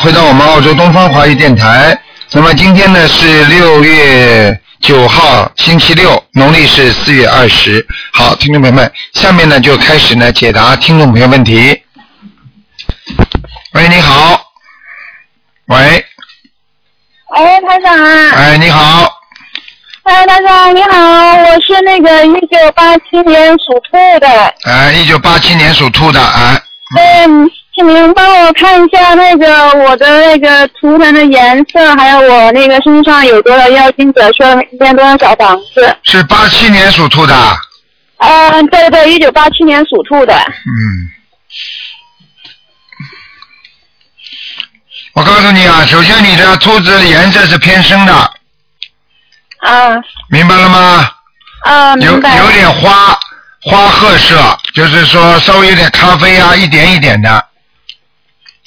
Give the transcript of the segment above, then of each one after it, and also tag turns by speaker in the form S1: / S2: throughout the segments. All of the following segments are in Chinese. S1: 回到我们澳洲东方华语电台。那么今天呢是六月九号，星期六，农历是四月二十。好，听众朋友们，下面呢就开始呢解答听众朋友问题。喂，你好。喂，
S2: 哎，台长啊！
S1: 哎，你好，
S2: 哎，台长你好，我是那个一九八七年属兔的，
S1: 哎，一九八七年属兔的，哎，
S2: 嗯，请您帮我看一下那个我的那个图腾的颜色，还有我那个身上有多少妖精者，说每天多少小房子。
S1: 是八七年属兔的，
S2: 嗯，对对，一九八七年属兔的。
S1: 嗯。我告诉你啊，首先你的兔子的颜色是偏深的，
S2: 啊
S1: 明白了吗？
S2: 啊，
S1: 有
S2: 明白。
S1: 有点花花褐色，就是说稍微有点咖啡啊，一点一点的，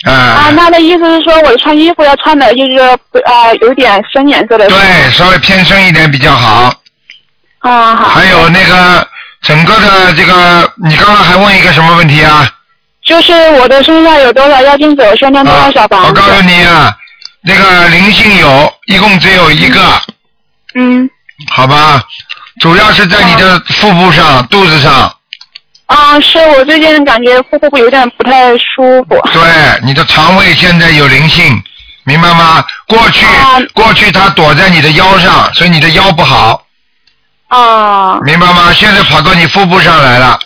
S1: 啊、
S2: 啊，那的意思是说，我穿衣服要穿的，就是不啊，有点深颜色的。。
S1: 对，稍微偏深一点比较好。
S2: 啊，好。
S1: 还有那个整个的这个，你刚刚还问一个什么问题啊？
S2: 就是我的身上有多少妖精者，说那多
S1: 啊
S2: 少小，
S1: 我
S2: 房子。
S1: 告诉你啊，那个灵性有，一共只有一个，
S2: 嗯。
S1: 好吧？主要是在你
S2: 哦
S1: 的腹部上、肚子上，
S2: 啊，是我最近感觉腹部有点不太舒服。
S1: 对，你的肠胃现在有灵性，明白吗？过去、
S2: 啊
S1: 过去它躲在你的腰上，所以你的腰不好，
S2: 啊
S1: 明白吗？现在跑到你腹部上来了，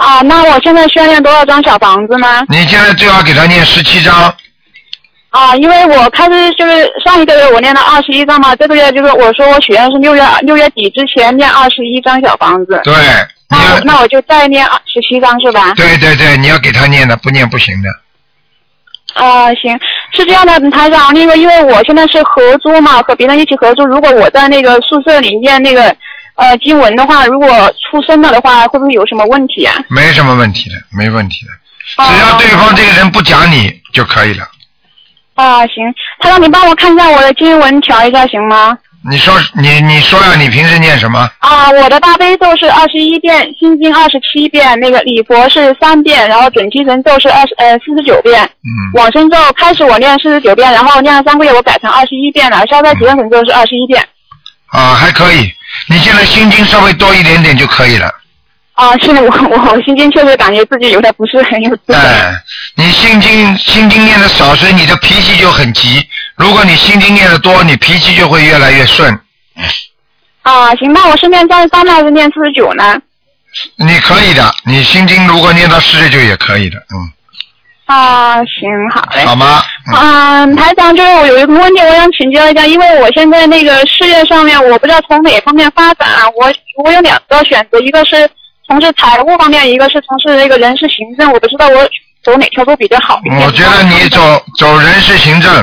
S2: 啊，那我现在需要念多少张小房子呢？
S1: 你现在最好给它念十七章，
S2: 啊，因为我开始就是上一个月我念了二十一张嘛，这个月就是我说我许愿是六月六月底之前念二十一张小房子。
S1: 对，你
S2: 那
S1: 要
S2: 我哦那我就再念十七张是吧？
S1: 对对对，你要给他念的，不念不行的。
S2: 啊、行，是这样的，台长，那个因为我现在是合租嘛，和别人一起合租，如果我在那个宿舍里面那个呃经文的话，如果出生了的话，会不会有什么问题啊？
S1: 没什么问题的，没问题的，只要
S2: 哦
S1: 对方这个人不讲你就可以了。
S2: 啊，行，他让你帮我看一下我的经文，调一下行吗？
S1: 你说你你说呀、你平时念什么？
S2: 啊，我的大悲咒是二十一遍，心经二十七遍，那个礼佛是三遍，然后准提神咒是二十呃四十九遍，
S1: 嗯，
S2: 往生咒开始我念四十九遍，然后念了三个月我改成二十一遍了，消灾吉祥神咒是二十一遍。
S1: 啊，还可以。你现在心经稍微多一点点就可以了。
S2: 啊，是的，我我我心经确实感觉自己有点不是很有自信。
S1: 哎，你心经心经念的少，所以你的脾气就很急。如果你心经念的多，你脾气就会越来越顺。
S2: 啊，行，那我是念三十三呢，还是念四十九呢？
S1: 你可以的，你心经如果念到四十九也可以的，嗯，
S2: 啊，行，好嘞。
S1: 好吗？嗯，
S2: 嗯，台长，就是我有一个问题，我想请教一下，因为我现在那个事业上面，我不知道从哪方面发展啊。我我有两个选择，一个是从事财务方面，一个是从事那个人事行政。我不知道我走哪条路比较好一点。
S1: 嗯我觉得你走走人事行政，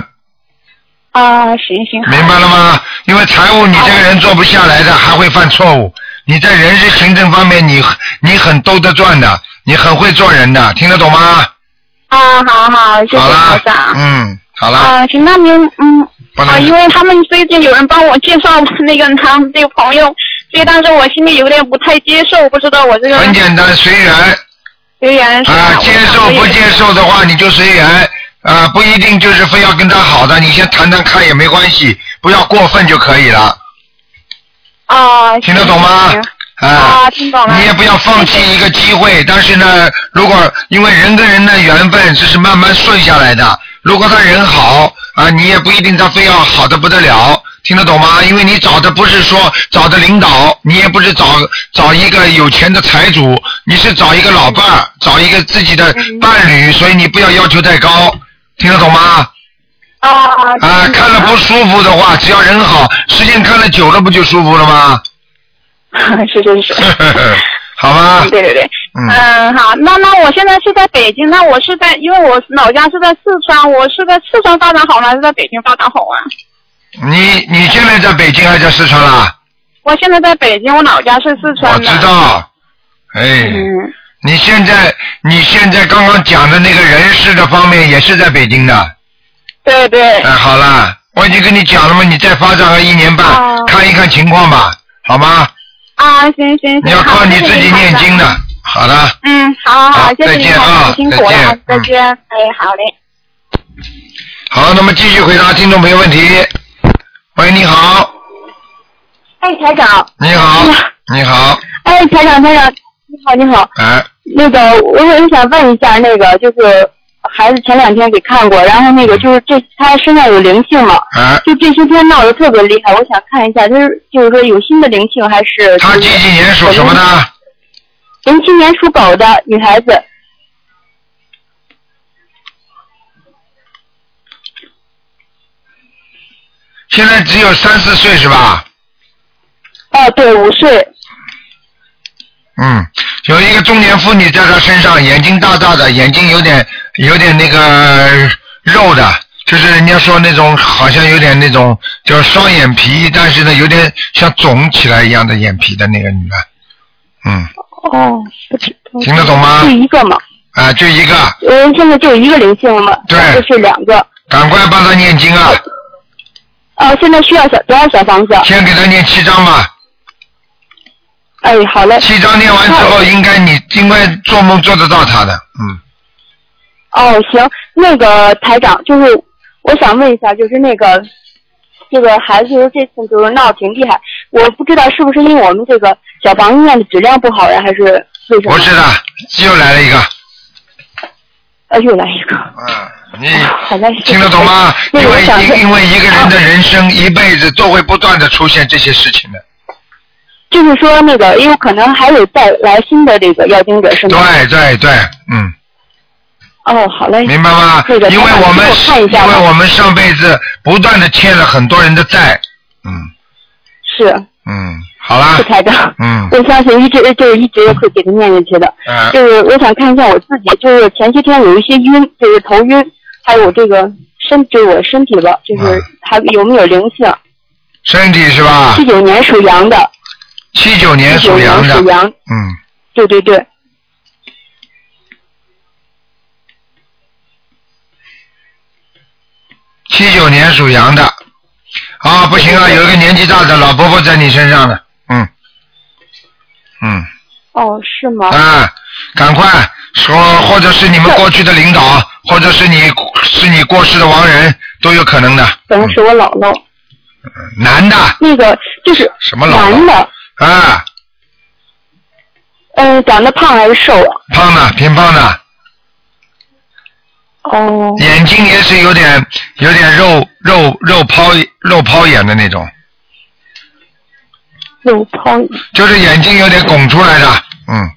S2: 啊，行行好。
S1: 明白了吗？因为财务你这个人做不下来的，还会犯错误。你在人事行政方面你，你很兜得转的，你很会做人的，听得懂吗？
S2: 啊，好好，谢谢
S1: 好啦
S2: 台长。，
S1: 嗯，好啦，
S2: 啊，行，那您嗯
S1: 不
S2: 啊，因
S1: 能
S2: 为他们最近有人帮我介绍那个他们这个朋友，所以当时我心里有点不太接受，不知道我这个
S1: 很简单，随缘
S2: 学员是
S1: 啊
S2: 吧，
S1: 接受不接？受的话你就随缘啊，不一定就是非要跟他好的，你先谈谈看也没关系，不要过分就可以了，
S2: 我想我也啊，
S1: 听得懂吗
S2: 行？
S1: 啊
S2: 啊，，听懂了。
S1: 你也不要放弃一个机会，但是呢，如果因为人跟人的缘分，这是慢慢顺下来的。如果他人好啊，你也不一定他非要好的不得了，听得懂吗？因为你找的不是说找的领导，你也不是找找一个有钱的财主，你是找一个老伴儿，找一个自己的伴侣，所以你不要要求太高，听得懂吗？
S2: 啊
S1: 啊，看了不舒服的话，只要人好，时间看了久了不就舒服了吗？
S2: 不 是是是，
S1: 好吧，
S2: 对对对。
S1: 嗯。
S2: 嗯，好，那那我现在是在北京，那我是在，因为我老家是在四川，我是在四川发展好呢，还是在北京发展好啊？
S1: 你你现在在北京还是在四川啦？
S2: 我现在在北京，我老家是四川
S1: 我
S2: 的。
S1: 知。道，哎，
S2: 嗯。
S1: 你现在你现在刚刚讲的那个人事的方面也是在北京的，
S2: 对对，
S1: 哎，好啦，我已经跟你讲了嘛，你再发展个一年半，
S2: 哦
S1: 看一看情况吧，好吗？
S2: 啊，行行行，
S1: 你要靠
S2: 好
S1: 你自己念。
S2: 谢谢
S1: 经
S2: 您台长
S1: 的，好的。
S2: 嗯，好好
S1: 好
S2: 好，谢谢
S1: 再
S2: 您
S1: 见
S2: 台长，
S1: 啊
S2: 辛苦了，
S1: 再见
S2: 再
S1: 嗯
S2: 见，哎，好嘞。
S1: 好，那么继续回答听众朋友问题。喂，你好，
S2: 哎，台长，
S1: 你好，你好，
S2: 哎，台长，台长，你好，你好。
S1: 哎，
S2: 那个，我我想问一下，那个就是孩子前两天给看过，然后那个就是这他身上有灵性嘛，
S1: 哎，
S2: 就这些天闹得特别厉害，我想看一下，就是就是说有新的灵性还是？
S1: 他几几年属什么的？
S2: 零七年属狗的女孩子，
S1: 现在只有三四岁是吧？
S2: 哦，对，五岁，
S1: 嗯，有一个中年妇女在她身上，眼睛大大的，眼睛有点有点那个肉的，就是人家说那种好像有点那种叫双眼皮，但是呢有点像肿起来一样的眼皮的那个女的，嗯，
S2: 哦，不知道
S1: 听得懂吗
S2: 就一个嘛，
S1: 啊，就一个，
S2: 嗯，现在就一个灵性了嘛，
S1: 对
S2: 就是两个，
S1: 赶快帮她念经啊，
S2: 哦，现在需要小多少小房子？
S1: 先给她念七章吧，
S2: 哎，好嘞，
S1: 七章念完之后，应该你应该做梦做得到她的，嗯，
S2: 哦，行，那个台长，就是我想问一下，就是那个这个孩子就是这次就是闹挺厉害，我不知道是不是因为我们这个小房子念的质量不好呀，还是为什么？
S1: 不是的，又来了一个，
S2: 呃，又来一个，
S1: 嗯，你。
S2: 好嘞，谢谢
S1: 听得懂？吗？
S2: 那
S1: 因
S2: 我
S1: 为
S2: 想
S1: 一
S2: 问
S1: 因为一个人的人
S2: 啊
S1: 生一辈子都会不断的出现这些事情的，
S2: 就是说那个，因为可能还有再来新的这个要经者是吗？
S1: 对对对，嗯，
S2: 哦，好嘞，
S1: 明白吗？
S2: 那个
S1: 因为我们
S2: 我看一下
S1: 因
S2: 吧
S1: 为我们上辈子不断的欠了很多人的债，嗯
S2: 是
S1: 嗯，好啦
S2: 是，台长。
S1: 嗯
S2: 我相信一直就是一直会给他念下去的，
S1: 呃
S2: 就是我想看一下我自己，就是前些天有一些晕，就是头晕，还有这个身，就是我身体吧，就是
S1: 嗯
S2: 还有没有灵性？
S1: 身体是吧
S2: 七？九年属羊的，
S1: 七九
S2: 七
S1: 年
S2: 九
S1: 属羊
S2: 属
S1: 的，
S2: 羊，
S1: 嗯，
S2: 对对对，
S1: 七九年属羊的，啊不行啊，有一个年纪大的老伯伯在你身上呢，嗯嗯。
S2: 哦，是吗？
S1: 啊，赶快说，或者是你们过去的领导，或者是你是你过世的亡人，都有可能的。
S2: 可能是我姥姥，
S1: 男的
S2: 那个就是
S1: 什么老
S2: 男的，
S1: 啊，
S2: 嗯，长得胖还是瘦啊？
S1: 胖的偏胖的，
S2: 哦，
S1: 眼睛也是有点有点肉肉肉抛肉抛眼的那种，
S2: 又胖，
S1: 就是眼睛有点拱出来的。嗯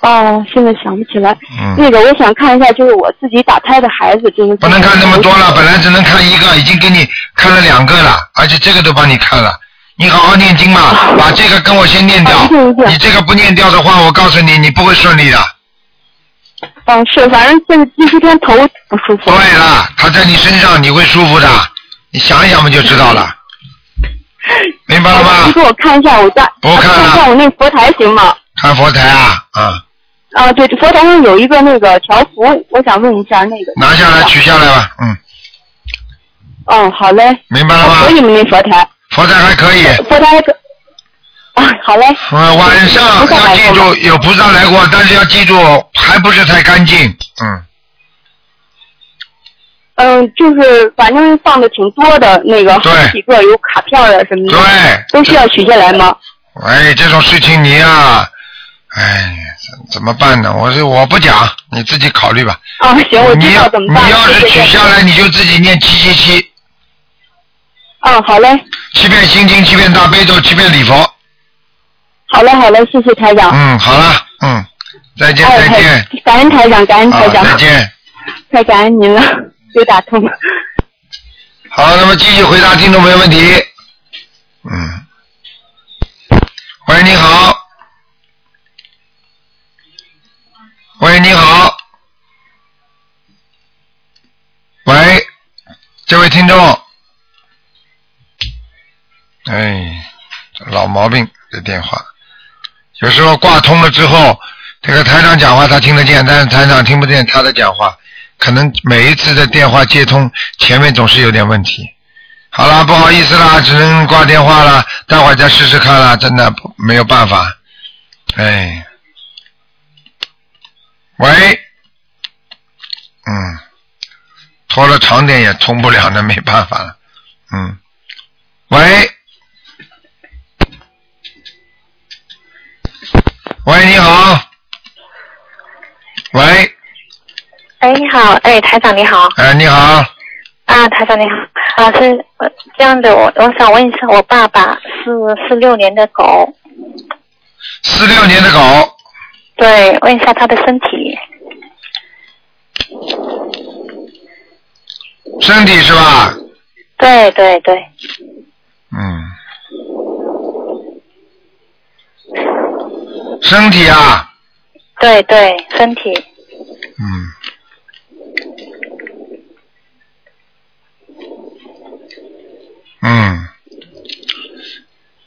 S2: 哦，现在想不起来。
S1: 嗯，
S2: 那个我想看一下，就是我自己打胎的孩子，就是
S1: 不能看这么多
S2: 嗯
S1: 了，本来只能看一个，已经给你看了两个了，而且这个都帮你看了。你好好念经 吧，把这个跟我先念掉
S2: 啊一定一。定
S1: 你这个不念掉的话，我告诉你，你不会顺利的。
S2: 嗯，是，反正就是这些天头不舒服。
S1: 对了，它在你身上你会舒服的，你想一想不就知道了，明白了
S2: 你
S1: 吗？
S2: 给我看一下我家，
S1: 不看啊了
S2: 一下我那佛台行吗？
S1: 看佛台啊，啊，
S2: 啊，对，佛台上有一个那个条幅，我想问一下那个。
S1: 拿下来。取下来吧，嗯，
S2: 嗯，好嘞。
S1: 明白了
S2: 还可以
S1: 吗？
S2: 吗？那佛台，
S1: 佛台还可以，
S2: 佛台还可。啊，好嘞。
S1: 呃，晚上
S2: 菩萨
S1: 要
S2: 来
S1: 记
S2: 过
S1: 住
S2: 吗
S1: 有菩萨来过，但是要记住还不是太干净，嗯，
S2: 嗯，就是反正放的挺多的，那个
S1: 对
S2: 好几个有卡片儿啊什么的，
S1: 对，
S2: 都需要取下来吗？
S1: 哎，这种事情你呀、哎，怎怎么办呢？我是我不讲，你自己考虑吧。
S2: 啊，行，我
S1: 你
S2: 知道
S1: 要
S2: 怎么办
S1: 你
S2: 了。
S1: 要
S2: 谢
S1: 是
S2: 谢
S1: 取下来，你就自己念七七七。
S2: 嗯，好嘞，
S1: 欺骗心经，欺骗大悲咒，欺骗礼佛。
S2: 好嘞，好嘞，谢谢台长。
S1: 嗯，好了，嗯，再见，
S2: 哎，
S1: 再
S2: 台
S1: 见，，
S2: 感恩台长，感恩
S1: 啊
S2: 台，长，
S1: 再见。
S2: 太感恩您了，又打通了。
S1: 好，那么继续回答听众朋友问题。嗯，喂，你好。喂，你好。喂，这位听众。哎，老毛病，这电话，有时候挂通了之后，这个台长讲话他听得见，但是台长听不见他的讲话。可能每一次的电话接通前面总是有点问题。好啦，不好意思啦，只能挂电话啦，待会儿再试试看啦，真的不没有办法。哎，喂，嗯，拖了长点也通不了，那没办法了。嗯，喂，喂，你好，喂，
S3: 哎，你好，哎，台长你好
S1: 哎，你好，
S3: 啊，台长你好啊，是呃这样的，我我想问一下，我爸爸是四六年的狗，
S1: 四六年的狗，
S3: 对，问一下他的身体，
S1: 身体是吧？
S3: 对对对，
S1: 嗯，身体啊，
S3: 对对，身体，
S1: 嗯，嗯，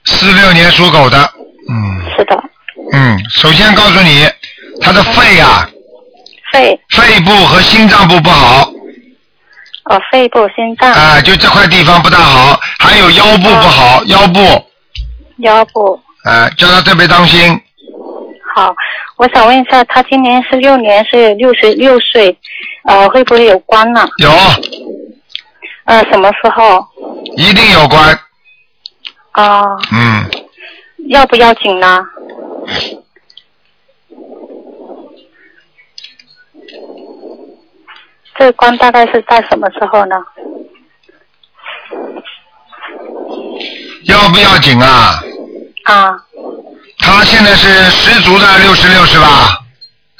S1: 四六年属狗的，嗯
S3: 是的，
S1: 嗯，首先告诉你，他的肺啊、
S3: 肺
S1: 肺部和心脏部不好
S3: 哦，肺部、心脏、
S1: 啊、就这块地方不大好，还有腰部不好，腰部
S3: 腰部，
S1: 啊、叫他特别当心，
S3: 好，我想问一下，他今年是六年，是六十六岁，呃，会不会有关呢、
S1: 有
S3: 呃，什么时候？
S1: 一定有关，
S3: 啊、
S1: 嗯。
S3: 要不要紧呢？这个关大概是在什么时候呢？
S1: 要不要紧啊？
S3: 啊
S1: 他现在是十足的六十六是吧？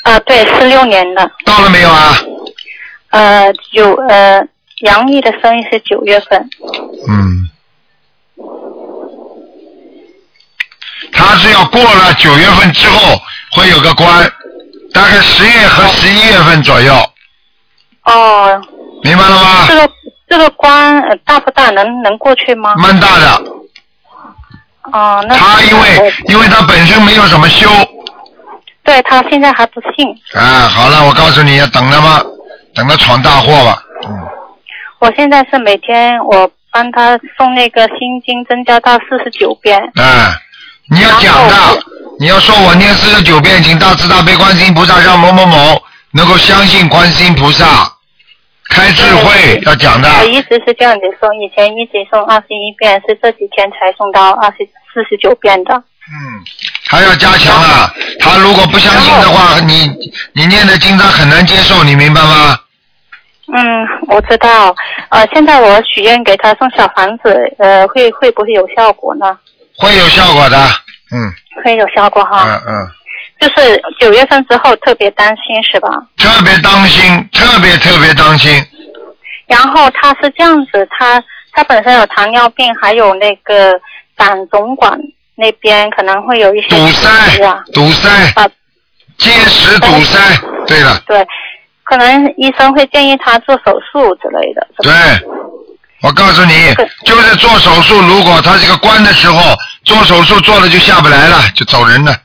S3: 啊，对，四六年的，
S1: 到了没有啊？
S3: 呃，九呃，阳历的生意是九月份，
S1: 嗯。他是要过了九月份之后会有个关，大概十月和十一月份左右，
S3: 哦，
S1: 明白了
S3: 这
S1: 吗？
S3: 个这个关、呃、大不大？能能过去吗？
S1: 蛮大的，
S3: 哦，那
S1: 他因为
S3: 我
S1: 因为他本身没有什么修
S3: 对他现在还不信，
S1: 啊。好了，我告诉你，等他吧，等他闯大祸吧。嗯，
S3: 我现在是每天我帮他送那个心经，增加到四十九遍。
S1: 哎，你要讲
S3: 然后
S1: 的，你要说我念四十九遍，请大慈大悲观世音菩萨让某某某能够相信观世音菩萨，开智慧
S3: 对哎
S1: 要讲的。
S3: 我一直呃是这样子送，以前一直送二十一遍，是这几天才送到二十四十九遍的。
S1: 嗯，还要加强啊！他如果不相信的话，你你念的经他很难接受，你明白吗？
S3: 嗯，我知道。呃，现在我许愿给他送小房子，呃，会会不会有效果呢？
S1: 会有效果的。嗯
S3: 会有效果哈。
S1: 嗯嗯，
S3: 就是九月份之后特别担心是吧？
S1: 特别当心，特别特别当心。
S3: 然后他是这样子，他他本身有糖尿病，还有那个胆总管那边可能会有一些
S1: 堵塞
S3: 是啊，，哎
S1: 堵塞，
S3: 啊
S1: 结石堵塞。对了，
S3: 对，可能医生会建议他做手术之类的。是吧
S1: 对，我告诉你
S3: 对，
S1: 就是做手术，如果他这个关的时候做手术做了就下不来了，就走人了。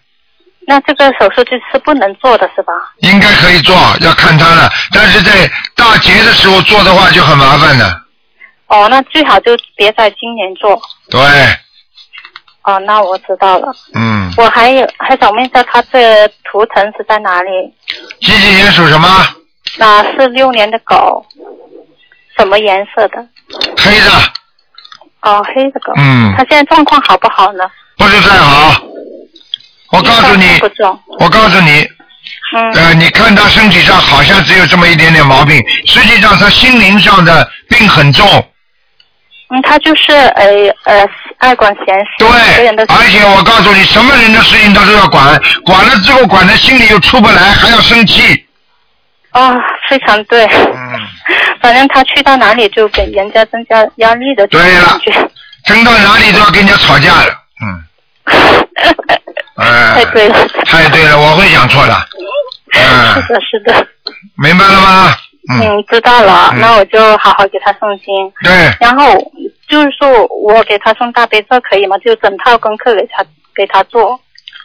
S3: 那这个手术就是不能做的是吧？
S1: 应该可以做，要看他了。但是在大节的时候做的话就很麻烦了。
S3: 哦，那最好就别在今年做。
S1: 对，
S3: 哦，那我知道了。
S1: 嗯。
S3: 我还有还想问一下，他这图腾是在哪里？
S1: 几几年属什么？
S3: 那是六年的狗，什么颜色的？
S1: 黑的，
S3: 哦，黑的狗。
S1: 嗯
S3: 他现在状况好不好呢？
S1: 不是太好。我告诉
S3: 一
S1: 你
S3: 般都不，中。
S1: 我告诉你，
S3: 嗯，
S1: 呃，你看他身体上好像只有这么一点点毛病，实际上他心灵上的病很重。
S3: 嗯，他就是呃呃爱管闲事，
S1: 对哎
S3: 每个人都，是
S1: 而且我告诉你，什么人的事情他都要管，管了之后管的心里又出不来，还要生气。
S3: 啊、非常对。
S1: 嗯，
S3: 反正他去到哪里就给人家增加压力的这种
S1: 对了
S3: 感觉，
S1: 争到哪里都要跟人家吵架了。嗯，哎、
S3: 太对了，
S1: 太对了，我会讲错的。嗯、
S3: 是的，是的，
S1: 明白了吗？嗯，
S3: 嗯，知道了，
S1: 嗯
S3: 那我就好好给他诵经，
S1: 对，
S3: 然后就是说我给他送大悲咒可以吗？就整套功课给他给他做，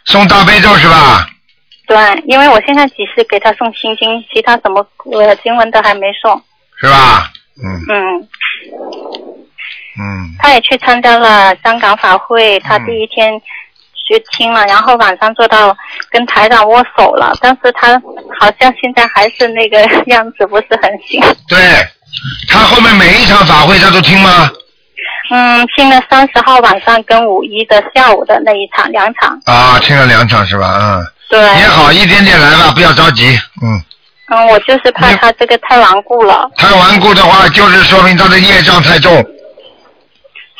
S1: 送大悲咒是吧？
S3: 对，因为我现在只是给他送心经，其他什么呃经文都还没送，
S1: 是吧？嗯
S3: 嗯。
S1: 嗯。
S3: 他也去参加了香港法会，他
S1: 嗯
S3: 第一天去听了，然后晚上做到跟台长握 手了，但是他好像现在还是那个样子，不是很行。
S1: 对，他后面每一场法会他都听吗？
S3: 嗯，听了三十号晚上跟五一的下午的那一场，两场。
S1: 啊，听了两场是吧？嗯。
S3: 对。
S1: 也好，一点点来吧，不要着急。嗯，
S3: 嗯，我就是怕他这个太顽固了。
S1: 太顽固的话，就是说明他的业障太重，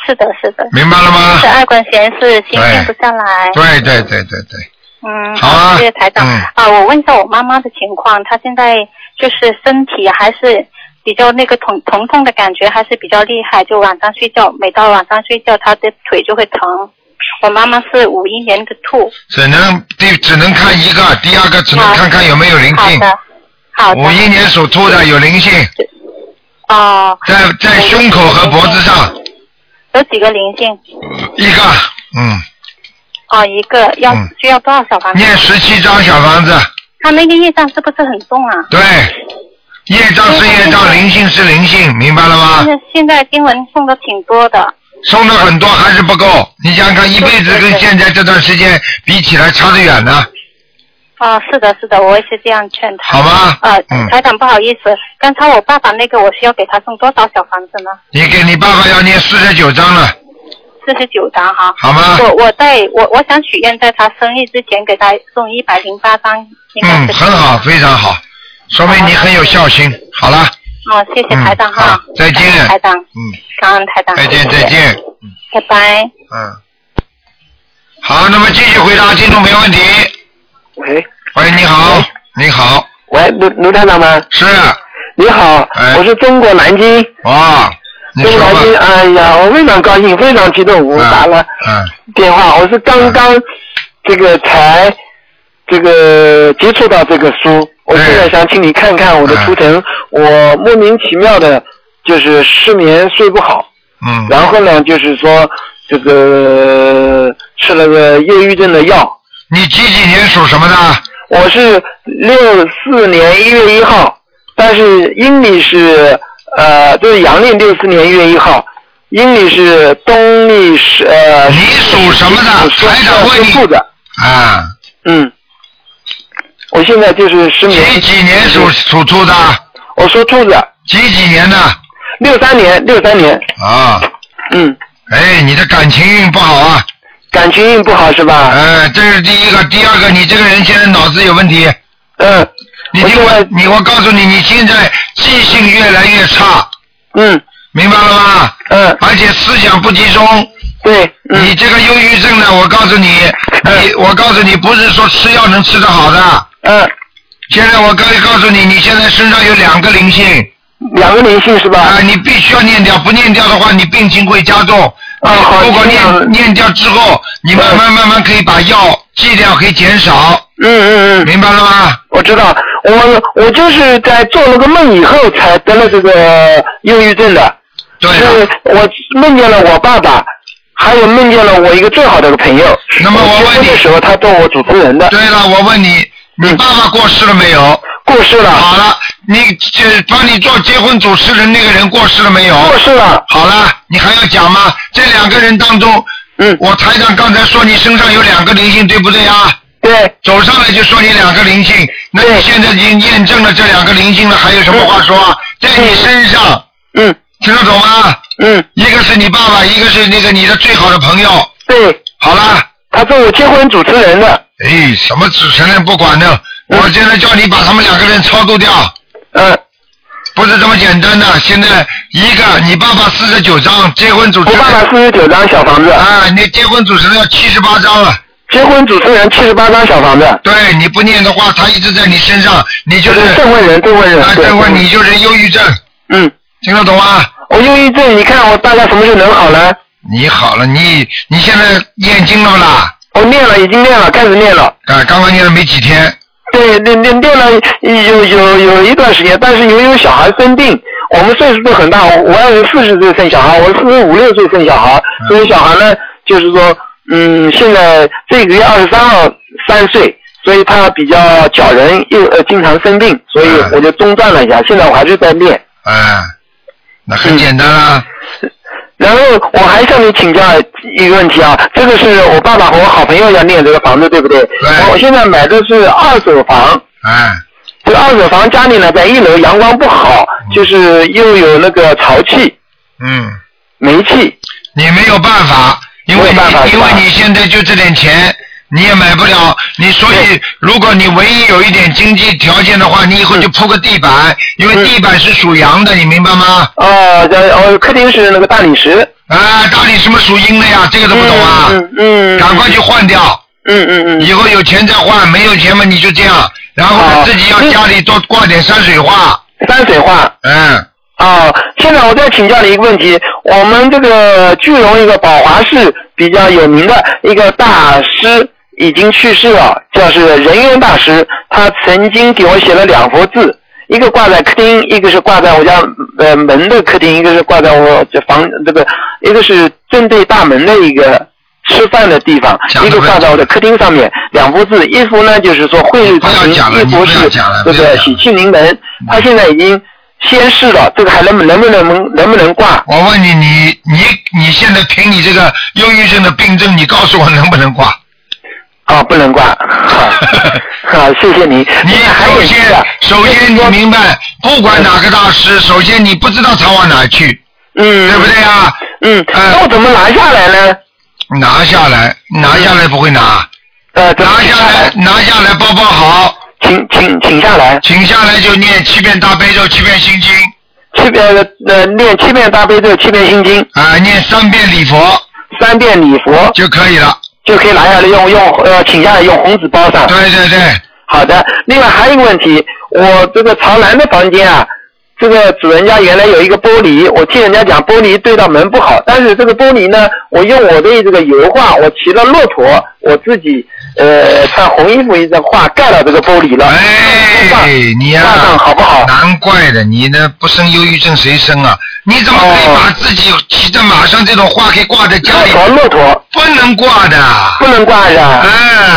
S3: 是的，是的。
S1: 明白了
S3: 是
S1: 吗？
S3: 爱管闲事，心静不下来。
S1: 对对对对对，
S3: 嗯，
S1: 好啊
S3: 谢谢台长、
S1: 嗯
S3: 啊！我问一下我妈妈的情况，她现在就是身体还是比较那个疼疼痛的感觉还是比较厉害，就晚上睡觉，每到晚上睡觉，她的腿就会疼。我妈妈是五一年的兔，
S1: 只能第只能看一个，第二个只能
S3: 好
S1: 看看有没有灵
S3: 好
S1: 性。
S3: 的，好的。
S1: 五一年属兔的有灵性，
S3: 哦，
S1: 在在胸口和脖子上
S3: 有几个灵性？
S1: 一个，嗯，
S3: 哦，一个要、
S1: 嗯
S3: 需要多少小房子？
S1: 念十七张小房子，
S3: 她那个业障是不是很重啊？
S1: 对，业障是业障，灵性是灵性，明白了吗
S3: 现？在现在经文送的挺多的，
S1: 送的很多还是不够，你想想看，一辈子跟现在这段时间比起来差得远呢，
S3: 哦，是的，是的，我也是这样劝她。
S1: 好吗？
S3: 呃，
S1: 嗯，
S3: 台长不好意思，刚才我爸爸那个我需要给他送多少小房子呢？
S1: 你给你爸爸要念四十九章了，
S3: 四十九张哈。
S1: 好吗？
S3: 我我在我我想许愿，在他生日之前给他送一百零八张，应该
S1: 嗯，
S3: 是。
S1: 很好，非常好，说明你很有孝心。好了，
S3: 哦，谢谢台长
S1: 嗯
S3: 哈
S1: 好。再见
S3: 感恩台长，
S1: 嗯，
S3: 感恩台长。
S1: 再见再
S3: 谢谢。
S1: 见，
S3: 拜拜。
S1: 嗯。好，那么继续回答听众没问题。
S4: 喂，
S1: 喂，你好，你好，
S4: 喂，卢卢台长吗？
S1: 是，
S4: 你好，
S1: 哎
S4: 我是中国南京，
S1: 哇，你
S4: 中
S1: 说
S4: 国南京，
S1: 吧，
S4: 哎呀，我非常高兴，非常激动，
S1: 嗯
S4: 我打了
S1: 嗯，
S4: 电话，我是刚刚这个才这个接触到这个书，我
S1: 哎
S4: 现在想请你看看我的图腾，
S1: 嗯
S4: 我莫名其妙的就是失眠睡不好，
S1: 嗯，
S4: 然后呢就是说这个吃了个忧郁症的药，
S1: 你几几年属什么的？
S4: 我是六四年一月一号，但是阴历是呃，就是阳历六四年一月一号，阴历是东历是呃。
S1: 你属什么的？
S4: 属
S1: 台长问
S4: 属兔
S1: 你
S4: 的，
S1: 啊，
S4: 嗯。我现在就是失眠。
S1: 几几年属属兔的？
S4: 我说兔子，
S1: 几几年的？
S4: 六三年，六三年，
S1: 啊，
S4: 嗯，
S1: 哎，你的感情运不好啊，
S4: 感情运不好是吧？
S1: 呃，这是第一个，第二个，你这个人现在脑子有问题。
S4: 嗯，
S1: 你
S4: 我
S1: 听
S4: 现
S1: 我
S4: 在，
S1: 你我告诉你，你现在记性越来越差，
S4: 嗯
S1: 明白了吗？
S4: 嗯，
S1: 而且思想不集中，
S4: 对，
S1: 你
S4: 嗯
S1: 这个忧郁症呢，我告诉你，你我告诉你，不是说吃药能吃得好的。
S4: 嗯，
S1: 现在我告告诉你，你现在身上有两个灵性
S4: 两个灵性是
S1: 啊、
S4: 吧？
S1: 你必须要念掉，不念掉的话，你病情会加重。
S4: 啊好
S1: 如果
S4: 这样
S1: 念念掉之后，你慢慢慢慢可以把药剂量可以减少，
S4: 嗯嗯嗯。
S1: 明白了吗？
S4: 我知道，我我就是在做了个梦以后才得了这个忧郁症的，
S1: 对
S4: 是
S1: 了。
S4: 我梦见了我爸爸，还有梦见了我一个最好的一个朋友。
S1: 那么我问
S4: 结婚
S1: 你
S4: 的时候他做我主持人的，
S1: 对了，我问你，你
S4: 嗯
S1: 爸爸过世了没有？
S4: 过世了，
S1: 好了，你这帮你做结婚主持人那个人过世了没有？
S4: 过世了，
S1: 好了，你还要讲吗？这两个人当中，
S4: 嗯，
S1: 我台长刚才说你身上有两个灵性，对不对啊？
S4: 对，
S1: 走上来就说你两个灵性，那你
S4: 对
S1: 现在已经验证了这两个灵性了，还有什么话说啊？在你身上，
S4: 嗯
S1: 听得懂吗？
S4: 嗯，
S1: 一个是你爸爸，一个是那个你的最好的朋友。
S4: 对，
S1: 好了，
S4: 他做我结婚主持人的，
S1: 哎，什么主持人不管的，我现在叫你把他们两个人超度掉，
S4: 嗯，
S1: 不是这么简单的。现在一个你爸爸四十九张结婚主持
S4: 我爸
S1: 人
S4: 爸，四十九张小房子，
S1: 啊，你结婚主持人要七十八张了。
S4: 结婚主持人七十八张小房子，
S1: 对你不念的话，他一直在你身上，你就是是
S4: 证婚人，证婚人
S1: 啊，，
S4: 对
S1: 这会你，就是忧郁症，
S4: 嗯，
S1: 听得懂吗？
S4: 我忧郁症，你看我大概什么时候能好呢？
S1: 你好了，你你现在念经了不啦？
S4: 我念哦了，已经念了，开始念了。
S1: 啊，刚刚念了没几天，
S4: 对，练练练了有有有一段时间，但是由于小孩生病，我们岁数都很大，我二十四十岁生小孩，我四十五六岁生小孩，所以小孩呢，就是说，嗯，现在这个月二十三号三岁，所以他比较搅人，又呃经常生病，所以我就中断了一下，现在我还是在练。
S1: 啊，那
S4: 嗯
S1: 很简单啦。
S4: 然后我还向你请教一个问题啊，这个是我爸爸和我好朋友要念这个房子，对不对？
S1: 对
S4: 我现在买的是二手房，
S1: 啊，
S4: 这这个二手房家里呢，在一楼阳光不好，就是又有那个潮气、
S1: 嗯，
S4: 霉气。
S1: 你没有办法，因为
S4: 没有办法
S1: 你
S4: 是
S1: 因
S4: 吧
S1: 为你现在就这点钱，你也买不了，你所以如果你唯一有一点经济条件的话，你以后就铺个地板，因为
S4: 嗯
S1: 地板是属阳的，你明白吗？
S4: 哦，在哦，客厅是那个大理石。
S1: 啊，到底什么属阴的呀？这个都不懂啊，
S4: 嗯嗯。嗯
S1: 赶快去。换掉，
S4: 嗯嗯嗯。
S1: 以后有钱再换，没有钱嘛你就这样，然后呢
S4: 哦
S1: 自己要
S4: 嗯
S1: 家里多挂点山水画，
S4: 山水画。
S1: 嗯，
S4: 啊，现在我再请教你一个问题，我们这个句容一个宝华寺比较有名的一个大师已经去世了，叫是仁渊大师，他曾经给我写了两幅字，一个挂在客厅，一个是挂在我家呃门的客厅，一个是挂在我这房这个，一个是正对大门的一个。吃饭的地方
S1: 讲，得
S4: 一个
S1: 不要
S4: 挂在我的客厅上面，两幅字，一幅呢就是说汇率
S1: 不要
S4: 同行
S1: 讲了
S4: 一
S1: 你不
S4: 幅
S1: 要
S4: 是
S1: 讲了
S4: 这
S1: 不要
S4: 个
S1: 讲
S4: 喜
S1: 了
S4: 庆临门。他现在已经先试了，这个还能不能不能能不能挂？
S1: 我问你，你你你现在凭你这个忧郁症的病症，你告诉我能不能挂？
S4: 啊，不能挂。好，谢谢您。
S1: 你
S4: 还有
S1: 首
S4: 一个
S1: 先，首先你明白，不管哪个大师，首先你不知道他往哪去，
S4: 嗯，
S1: 对不对？啊？
S4: 嗯，
S1: 呃
S4: 那我怎么拿下来呢？
S1: 拿下来，拿下来不会拿，
S4: 呃，怎么
S1: 拿
S4: 请
S1: 下来，拿下来包包好，
S4: 请请请下来，
S1: 请下来就念七遍大悲咒，七遍心经，
S4: 七呃呃念七遍大悲咒，七遍心经，
S1: 啊、念三遍礼佛
S4: 三遍礼佛
S1: 就可以了。
S4: 就可以拿下来用用呃请下来用红纸包上。
S1: 对对对，
S4: 好的，另外还有一个问题，我这个朝南的房间啊，这个主人家原来有一个玻璃，我听人家讲玻璃对到门不好，但是这个玻璃呢，我用我的这个油画，我骑了骆驼，我自己呃穿红衣服一张画盖了这个玻璃了，
S1: 哎，你呀、
S4: 挂上好不好？
S1: 难怪的，你呢不生忧郁症谁生啊？你怎么可以
S4: 哦
S1: 把自己骑着马上这种话给挂在家
S4: 骆
S1: 里？
S4: 驼骆驼
S1: 不能挂的。
S4: 不能挂是吧？
S1: 哎，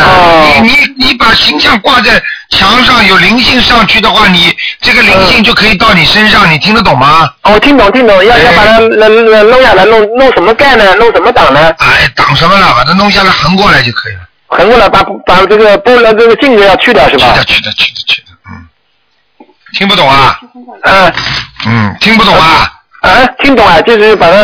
S4: 哦
S1: 你你你把形象挂在墙上，有灵性上去的话，你这个灵
S4: 嗯
S1: 性就可以到你身上，你听得懂吗？
S4: 哦我听懂听懂，要
S1: 哎
S4: 要把它弄弄弄下来，弄弄什么盖呢？弄什么挡呢？
S1: 哎，挡什么了？把它弄下来，横过来就可以了。
S4: 横过来把把这个玻璃这个镜子要去掉是
S1: 去
S4: 吧？
S1: 的，去的，去的，去的，嗯，听不懂啊？
S4: 嗯。
S1: 嗯，听不懂啊？
S4: 啊，听懂啊，就是把它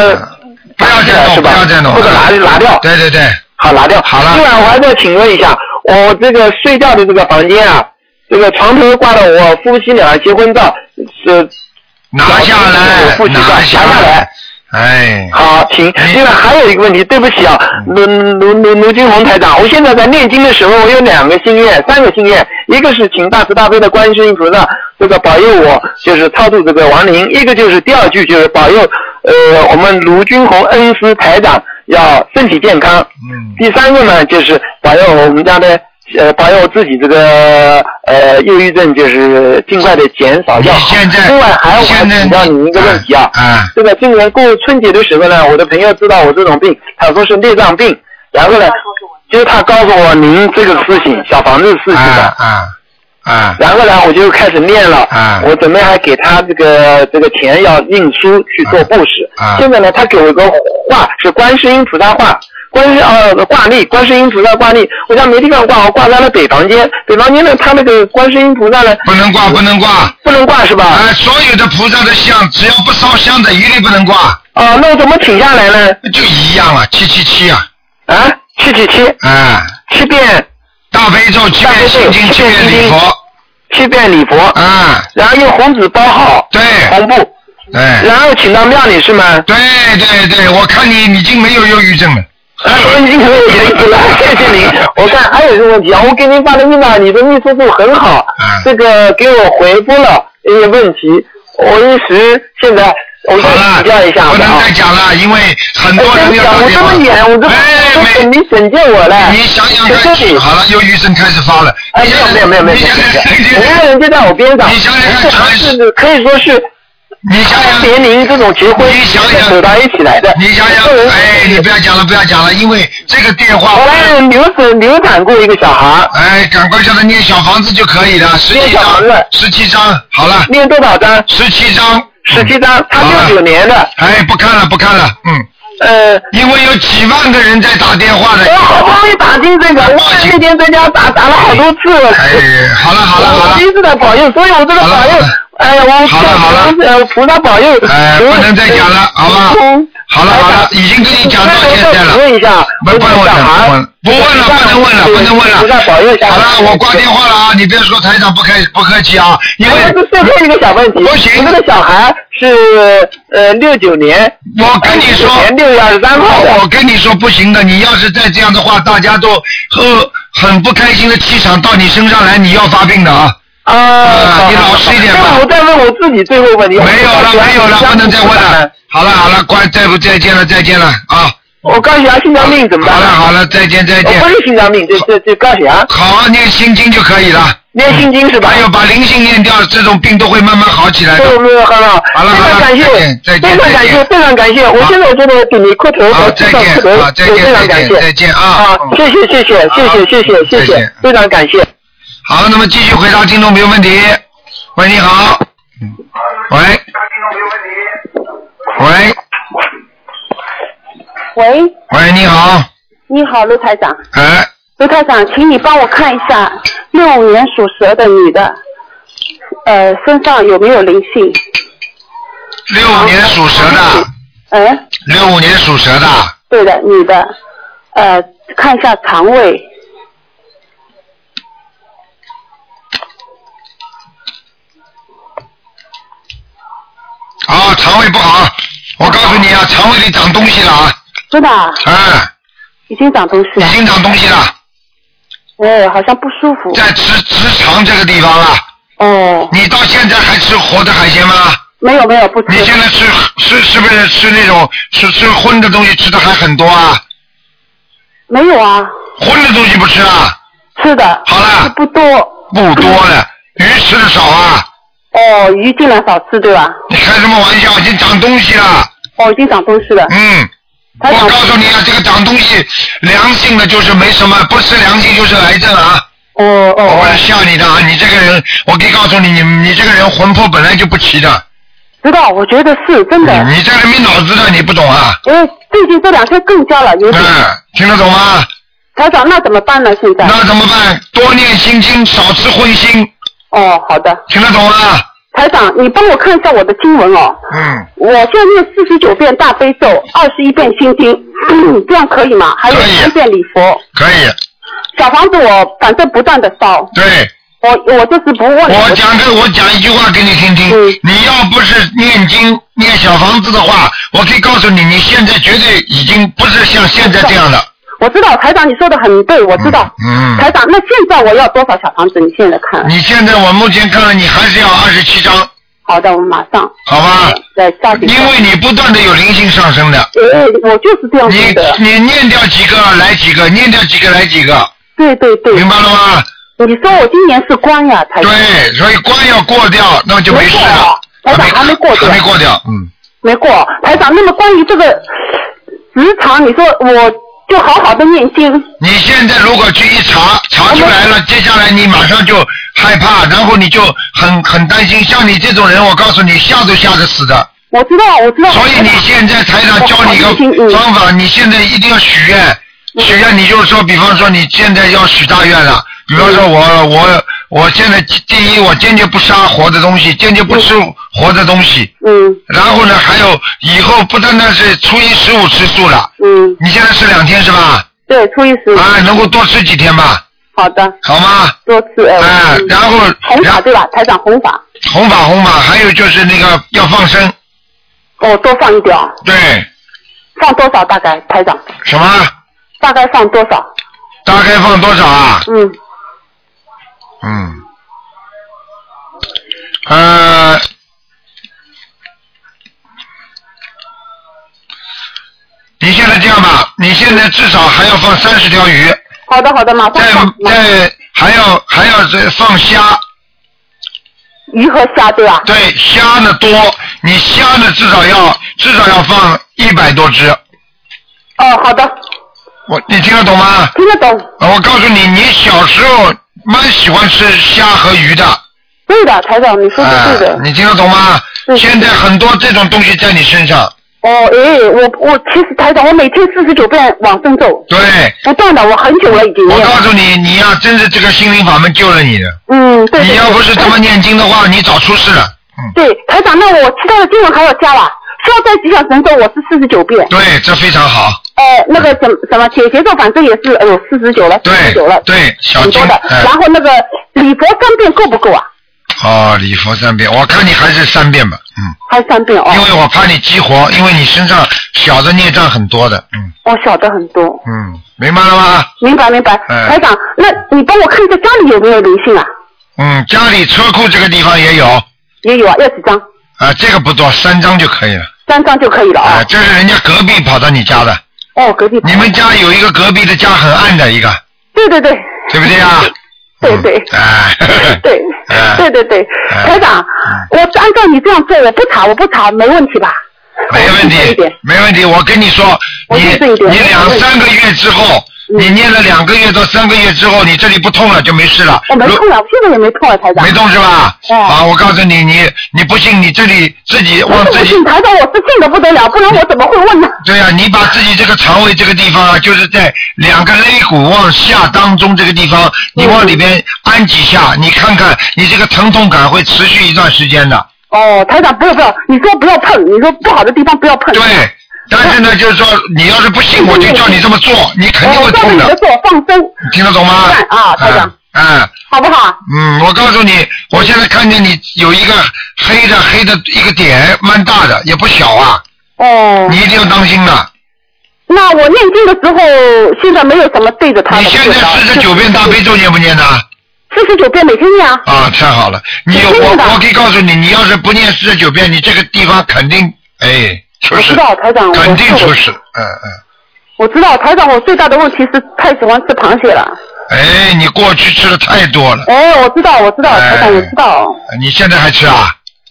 S1: 不要
S4: 起
S1: 再弄，嗯
S4: 来是
S1: 不
S4: 吧
S1: 要再弄，啊
S4: 或者拿拿掉
S1: 对对对，
S4: 好拿掉。
S1: 好了
S4: 另外，我还再请问一下，我这个睡觉的这个房间啊，这个床头挂了我夫妻俩结婚照，是
S1: 拿下
S4: 我
S1: 来
S4: 父，亲的
S1: 拿下
S4: 拿下来。
S1: 哎，
S4: 好，请。另外还有一个问题，对不起啊，卢
S1: 嗯
S4: 卢卢卢金红台长，我现在在念经的时候，我有两个心愿，三个心愿，一个是请大慈大悲的观世音菩萨这个保佑
S1: 嗯
S4: 我，就是超度这个亡灵；一个就是第二句就是保佑呃我们卢军红恩师台长要身体健康。
S1: 嗯，
S4: 第三个呢，就是保佑我们家的呃保佑我自己这个呃忧郁症就是尽快的减少
S1: 你
S4: 掉。
S1: 现在
S4: 另外还有我还
S1: 现在
S4: 请教您一个问题啊。
S1: 啊，
S4: 这个今年过春节的时候呢，我的朋友知道我这种病，他说是内脏病，然后呢，就是他告诉我您这个事情，小房子事情
S1: 啊
S4: 的，
S1: 啊啊，
S4: 然后呢，我就开始念了，
S1: 啊
S4: 我准备还给他这个这个钱要印书去做布施，
S1: 啊啊
S4: 现在呢，他给我一个画是观世音菩萨画。观世呃挂历，观世音菩萨挂历，我家没地方挂，我挂在了北房间。北房间呢，他那个观世音菩萨呢
S1: 不能挂，不能挂。
S4: 不能挂是吧？
S1: 啊，所有的菩萨的像，只要不烧香的，一律不能挂，
S4: 哦、那我怎么请下来呢？
S1: 就一样了，七七七啊，
S4: 啊，七七七，
S1: 啊，
S4: 七遍
S1: 大悲咒七遍心经七遍礼佛，
S4: 七遍礼佛，
S1: 啊，
S4: 然后用红纸包好
S1: 对，
S4: 红布，
S1: 哎，
S4: 然后请到庙里是吗？
S1: 对对对，我看你已经没有忧郁症了，
S4: 啊，已经可以 谢谢您。我看还有一个问题啊，我给您发的密码，你的秘书处很好
S1: 嗯，
S4: 这个给我回复了一些问题，我一时现在我
S1: 好
S4: 再
S1: 了，
S4: 请教一下好
S1: 不
S4: 不
S1: 能
S4: 好？
S1: 再
S4: 哎
S1: 讲了，因为很
S4: 对
S1: 多
S4: 不
S1: 人
S4: 起
S1: 要
S4: 啊，
S1: 打
S4: 我
S1: 电
S4: 这
S1: 话。
S4: 么远，我这
S1: 哎，没
S4: 你拯救我了。
S1: 你想想看，
S4: 谢谢你
S1: 好了，忧郁症开始发了。
S4: 哎，
S1: 你
S4: 没
S1: 想
S4: 有
S1: 想
S4: 没有没有没有，
S1: 你想想看，
S4: 我爱人就在我边上，
S1: 你想想看
S4: 这
S1: 全
S4: 还
S1: 是
S4: 是可以说是
S1: 你想想，
S4: 年龄这种结婚
S1: 哎你想想
S4: 走到一起来的，
S1: 你想想
S4: 这个，人
S1: 哎，你不要讲了，不要讲了，因为这个电话
S4: 我，来流产流产过一个小孩，
S1: 哎，赶快叫他念小房子就可以了，十七
S4: 念小
S1: 张
S4: 房子，
S1: 十七张，好了，
S4: 念多少张？
S1: 十七张，
S4: 十七
S1: 嗯，
S4: 张，他
S1: 好了
S4: 六九年的，
S1: 啊哎，不看了，不看了，嗯，
S4: 呃，
S1: 因为有几万个人在打电话
S4: 我
S1: 的。
S4: 好不容易打进这个，我在那边在家打打了好多次了。
S1: 哎，好了好了好
S4: 我
S1: 了
S4: 第，一次的保佑，所以我这个
S1: 好了
S4: 保
S1: 好
S4: 佑
S1: 了，
S4: 哎呀，我
S1: 好了好了
S4: 呃，菩萨保佑。
S1: 哎，不能再讲了，好吧？
S4: 嗯
S1: 好了好了，已经跟你讲到现在了。
S4: 问一下，
S1: 不不能问了，不问了，不能问了，不能问了。
S4: 菩萨保佑一下。
S1: 好了，我挂电话了啊！你别说台长不开不客气啊，因为
S4: 我最后一个小问题，
S1: 不行
S4: 我这个小孩是呃六九年，
S1: 我跟你说，
S4: 年六月二十三号的
S1: 我跟你说不行的，你要是再这样的话，大家都和很不开心的气场到你身上来，你要发病的啊！
S4: 啊，
S1: 你老实一点吧
S4: 那我再问我自己最后一个问题。
S1: 没有了，没有了，不能再问了
S4: 了。。
S1: 好了好了，关再不再见了，再见了啊！
S4: 我高血压、心脏病怎么办？
S1: 好了好了，再见再
S4: 我
S1: 见
S4: 不，是心脏病，这这这高血压，
S1: 好好念心经就可以了。
S4: 念心经是吧？
S1: 还有把灵性念掉，这种病都会慢慢好起来的
S4: 没。有没有，很好，
S1: 好了
S4: 非
S1: 好
S4: 常
S1: 了
S4: 感谢，
S1: 再
S4: 非
S1: 见
S4: 常
S1: 再见
S4: 感谢，非常感谢，我
S1: 好
S4: 现在真的给你磕头
S1: 好，
S4: 和
S1: 再
S4: 地上
S1: 见
S4: 磕头，
S1: 啊，再
S4: 我非
S1: 见
S4: 常
S1: 再
S4: 感
S1: 见再
S4: 谢，
S1: 见啊
S4: 啊！，谢谢谢谢谢谢谢谢谢
S1: 再见
S4: 谢，非常感谢。
S1: 好，那么继续回答听众朋友问题。喂，你好。喂。喂
S2: 喂，
S1: 喂，你好。
S2: 你好，卢台长。
S1: 哎，
S2: 卢台长，请你帮我看一下，六五年属蛇的女的，呃，身上有没有灵性？
S1: 六五年属蛇的，
S2: 嗯、
S1: 六五年属蛇的，
S2: 对的，女的，呃，看一下肠胃。
S1: 啊，肠胃不好。我告诉你啊，肠胃里长东西了啊，
S2: 真的啊、
S1: 哎，
S2: 已经长东西了
S1: 已，经长东西了，
S2: 哎，好像不舒服。
S1: 在直直肠这个地方了。
S2: 哦，
S1: 你到现在还吃活的海鲜吗？
S2: 没有没有，不
S1: 你
S2: 吃
S1: 现。在吃吃是不是吃那种吃吃荤的东西吃的还很多啊？
S2: 没有啊，
S1: 荤的东西不吃啊？
S2: 吃的
S1: 好了
S2: 吃不多。
S1: 不多了，鱼吃的少啊？
S2: 哦，鱼尽量少吃，对吧？
S1: 你开什么玩笑？已经长东西了。
S2: 哦，已经长东西了。
S1: 嗯，
S2: 他
S1: 我
S2: 长
S1: 告诉你啊，这个长东西良性的就是没什么，不吃良性就是癌症啊！
S2: 哦哦
S1: 我不
S2: 哦，
S1: 是吓你的啊！你这个人，我可以告诉你，你你这个人魂魄本来就不齐的，
S2: 知道，我觉得是真的。
S1: 你这个人没脑子的，你不懂啊？
S2: 因为最近这两天更加了，有点。
S1: 嗯，听得懂吗？
S2: 台长，那怎么办呢？现在？
S1: 那怎么办？多念心经，少吃荤腥，
S2: 哦，好的。
S1: 听得懂吗？
S2: 台长，你帮我看一下我的经文哦。
S1: 嗯，
S2: 我现在念四十九遍大悲咒，二十一遍心经， 这样可以吗？还有
S1: 可以啊
S2: 三遍礼佛。
S1: 可以，
S2: 小房子我反正不断的烧，
S1: 对。
S2: 我我这次不问了。
S1: 我
S2: 我
S1: 讲个，我讲一句话给你听听
S2: 嗯。
S1: 你要不是念经念小房子的话，我可以告诉你，你现在绝对已经不是像现在这样的。
S2: 我知道台长你说的很对，我知道。
S1: 嗯，
S2: 台长，那现在我要多少小房子？你现在看？
S1: 你现在我目前看了，你还是要二十七张，
S2: 好的，我马上
S1: 好吧？
S2: 再加紧。
S1: 因为你不断的有灵性上升的，
S2: 呃，我就是这样
S1: 你
S2: 觉得。
S1: 你念掉几个来几个，念掉几个来几个，
S2: 对对对，
S1: 明白了吗？
S2: 你说我今年是官呀，台长。
S1: 对，所以关要过掉，那就没事了。
S2: 没过啊台长还没过掉
S1: 还没过掉，嗯。
S2: 没过，台长。那么关于这个职场，你说我就好好的念经，
S1: 你现在如果去一查，查出来了，
S2: 嗯
S1: 接下来你马上就害怕，然后你就很很担心。像你这种人，我告诉你，吓都吓得死的。
S2: 我知道，我知道。
S1: 所以你现在台长教你一个方法，你现在一定要许愿，
S2: 嗯
S1: 许愿你就是说，比方说你现在要许大愿了，比方说我
S2: 嗯
S1: 我我现在第一，我坚决不杀活的东西，坚决不吃活的东西。
S2: 嗯
S1: 然后呢，还有以后不单单是初一十五吃素了，
S2: 嗯，
S1: 你现在吃两天是吧？
S2: 对，初一十五，
S1: 啊，能够多吃几天吧，
S2: 好的，
S1: 好吗？
S2: 多次哎。
S1: 哎，
S2: 嗯
S1: 然后
S2: 红
S1: 然
S2: 法对吧？台长，红法
S1: 红法红法，还有就是那个要放生，
S2: 哦，多放一点哦，
S1: 对，
S2: 放多少大概？台长，
S1: 什么？
S2: 大概放多少？
S1: 大概放多少啊？
S2: 嗯，
S1: 嗯，呃，你现在这样吧，你现在至少还要放三十条鱼，
S2: 好的好的，马上
S1: 再
S2: 放。马
S1: 再还要还要再放虾，
S2: 鱼和虾对吧？
S1: 对，虾呢多，你虾呢至少要至少要放一百多只，
S2: 哦，好的，
S1: 我你听得懂吗？
S2: 听得懂。
S1: 啊我告诉你，你小时候蛮喜欢吃虾和鱼的，
S2: 对的，台长，你说
S1: 哎
S2: 的对的。
S1: 你听得懂吗？
S2: 嗯
S1: 现在很多这种东西在你身上，
S2: 哦，哎，我我其实台长，我每天四十九遍往生咒，
S1: 对，
S2: 不断的，我很久了已经
S1: 我
S2: 念了。
S1: 告诉你，你要真是这个心灵法门救了你的，
S2: 嗯，对。
S1: 你
S2: 对
S1: 要
S2: 对
S1: 不是这么念经的话，你早出事了。嗯，
S2: 对，台长，那我其他的经文还要加吧？消灾吉祥神咒我是四十九遍，
S1: 对，这非常好。
S2: 呃，那个什么什么解结咒反正也是，哎呦，四十九了，四
S1: 对
S2: 十九了，
S1: 对，小嗯
S2: 挺
S1: 经
S2: 多的。
S1: 嗯
S2: 然后那个礼佛三遍够不够啊？
S1: 哦，礼佛三遍，我看你还是三遍吧，嗯，
S2: 还三遍哦，
S1: 因为我怕你激活，因为你身上小的孽障很多的，嗯
S2: 我哦晓得很多，
S1: 嗯，明白了吗？
S2: 明白明白。
S1: 嗯
S2: 台长，那你帮我看一下家里有没有灵性啊？
S1: 嗯，家里车库这个地方也有，
S2: 也有啊，要几张？
S1: 啊，这个不多，三张就可以了，
S2: 三张就可以了
S1: 啊，
S2: 啊。
S1: 这是人家隔壁跑到你家的，
S2: 哦，隔壁。
S1: 呃你们家有一个隔壁的家很暗的一个，
S2: 对对对。
S1: 对不对啊？
S2: 对对
S1: 嗯哎，
S2: 对
S1: 哎，
S2: 对对对，
S1: 哎
S2: 台长，我按照你这样做，我不查，我不查，没问题吧？
S1: 没问
S2: 我记住一
S1: 题
S2: 点，
S1: 没问题。我跟你说，
S2: 我
S1: 你
S2: 记住一点
S1: 你两三个月之后，
S2: 嗯
S1: 你念了两个月到三个月之后，你这里不痛了就没事了。
S2: 我没
S1: 如
S2: 空了，我现在也没空了，台长
S1: 没。动是吧？
S2: 哎
S1: 啊，我告诉你，你你不信，你这里自己
S2: 不
S1: 往
S2: 是
S1: 自
S2: 我
S1: 己
S2: 信台长，我是信的不得了，不然我怎么会问呢？
S1: 对呀、你把自己这个肠胃这个地方啊，就是在两个肋骨往下当中这个地方，你往里边按几下，你看看你这个疼痛感会持续一段时间的。
S2: 哦，台长，不要不要，你说不要碰，你说不好的地方不要 碰。哦
S1: 对，但是呢，就是说你要是不信，我就叫你这么做，你肯
S2: 哦，
S1: 定会
S2: 我照着
S1: 痛
S2: 你的
S1: 的。
S2: 做，放松，
S1: 你听得懂吗？
S2: 看啊台长
S1: 嗯。嗯
S2: 好不好？
S1: 嗯，我告诉你，我现在看见你有一个黑的黑的一个点，蛮大的，也不小啊，
S2: 哦
S1: 你，一定要当心了。
S2: 那我念经的时候，现在没有什么对着他的。
S1: 你现在四十九遍大悲咒念不念呢？
S2: 四十九遍每天念啊。
S1: 啊，太好了！你
S2: 我
S1: 我
S2: 念的
S1: 我可以告诉你，你要是不念四十九遍，你这个地方肯定哎出
S2: 我
S1: 事
S2: 知，道台长，我
S1: 肯定
S2: 是
S1: 出
S2: 我
S1: 事。嗯嗯，
S2: 我知道台长，我最大的问题是太喜欢吃螃蟹了。
S1: 哎，你过去吃的太多了，
S2: 哎，我知道，我知道，
S1: 哎
S2: 台长，我知道。
S1: 你现在还吃啊？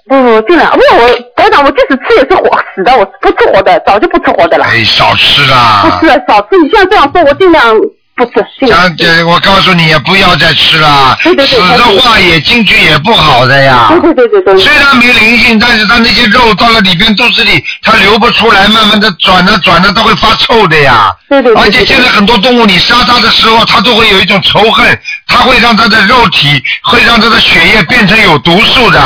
S2: 不不，尽量不，我台长，我即使吃也是活死的，我不吃活的，早就不吃活的了。
S1: 哎，少吃
S2: 不
S1: 啦
S2: 吃！了，少吃。你像这样说，我尽量不吃，尽量。
S1: 讲这，我告诉你，也不要再吃啦。
S2: 对对对
S1: 死的话也进去也不好的呀。
S2: 对对对对对。
S1: 虽然没灵性，但是它那些肉到了里边肚子里，它流不出来，慢慢的转着转着，它会发臭的呀。
S2: 对对对对对
S1: 而且现在很多动物，你杀它的时候，它都会有一种仇恨，它会让它的肉体，会让它的血液变成有毒素的。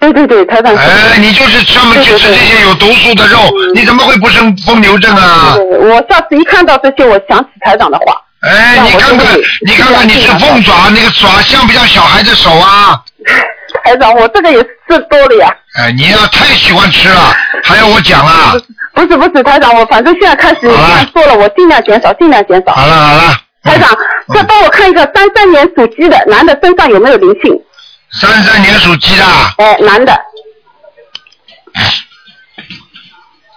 S2: 对对对，台长。
S1: 哎，你就是专门去吃这些有毒素的肉，你怎么会不生疯牛症啊？
S2: 嗯对我下次一看到这些，我想起台长的话。
S1: 哎，
S2: 那
S1: 你
S2: 我
S1: 看
S2: 就
S1: 看
S2: 会，
S1: 你看看，你是凤
S2: 啊
S1: 爪，那个爪像不像小孩子手啊？
S2: 台长，我这个也吃多了呀。
S1: 哎，你要太喜欢吃了，还要我讲啊？
S2: 不是不是，台长，我反正现在开始这样做了，我尽量减少，尽量减少。
S1: 好嗯了好了，
S2: 台长，再帮我看一个三三年属鸡的男的身上有没有灵性？
S1: 嗯三三年属鸡的，
S2: 哎，男的，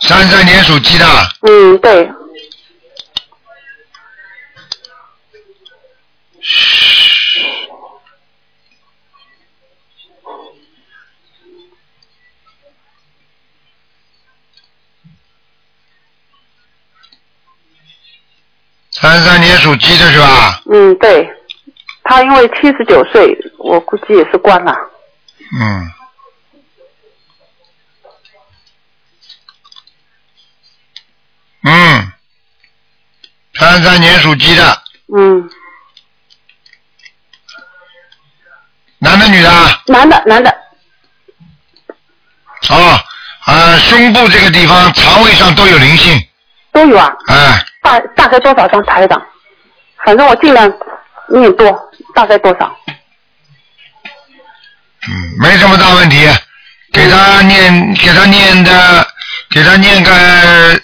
S1: 三三年属鸡的，
S2: 嗯，对，
S1: 三三年属鸡的是吧？
S2: 嗯，对，他因为七十九岁，我估计也是关了。
S1: 嗯。嗯，三三年属鸡的，
S2: 嗯，
S1: 男的女啊的？
S2: 男的，男的，
S1: 哦，呃，胸部这个地方、肠胃上都有灵性，
S2: 都有啊，
S1: 哎、
S2: 大大概多少张台长？反正我尽量念多，大概多少？
S1: 嗯，没什么大问题，给他念，给他念的，给他念个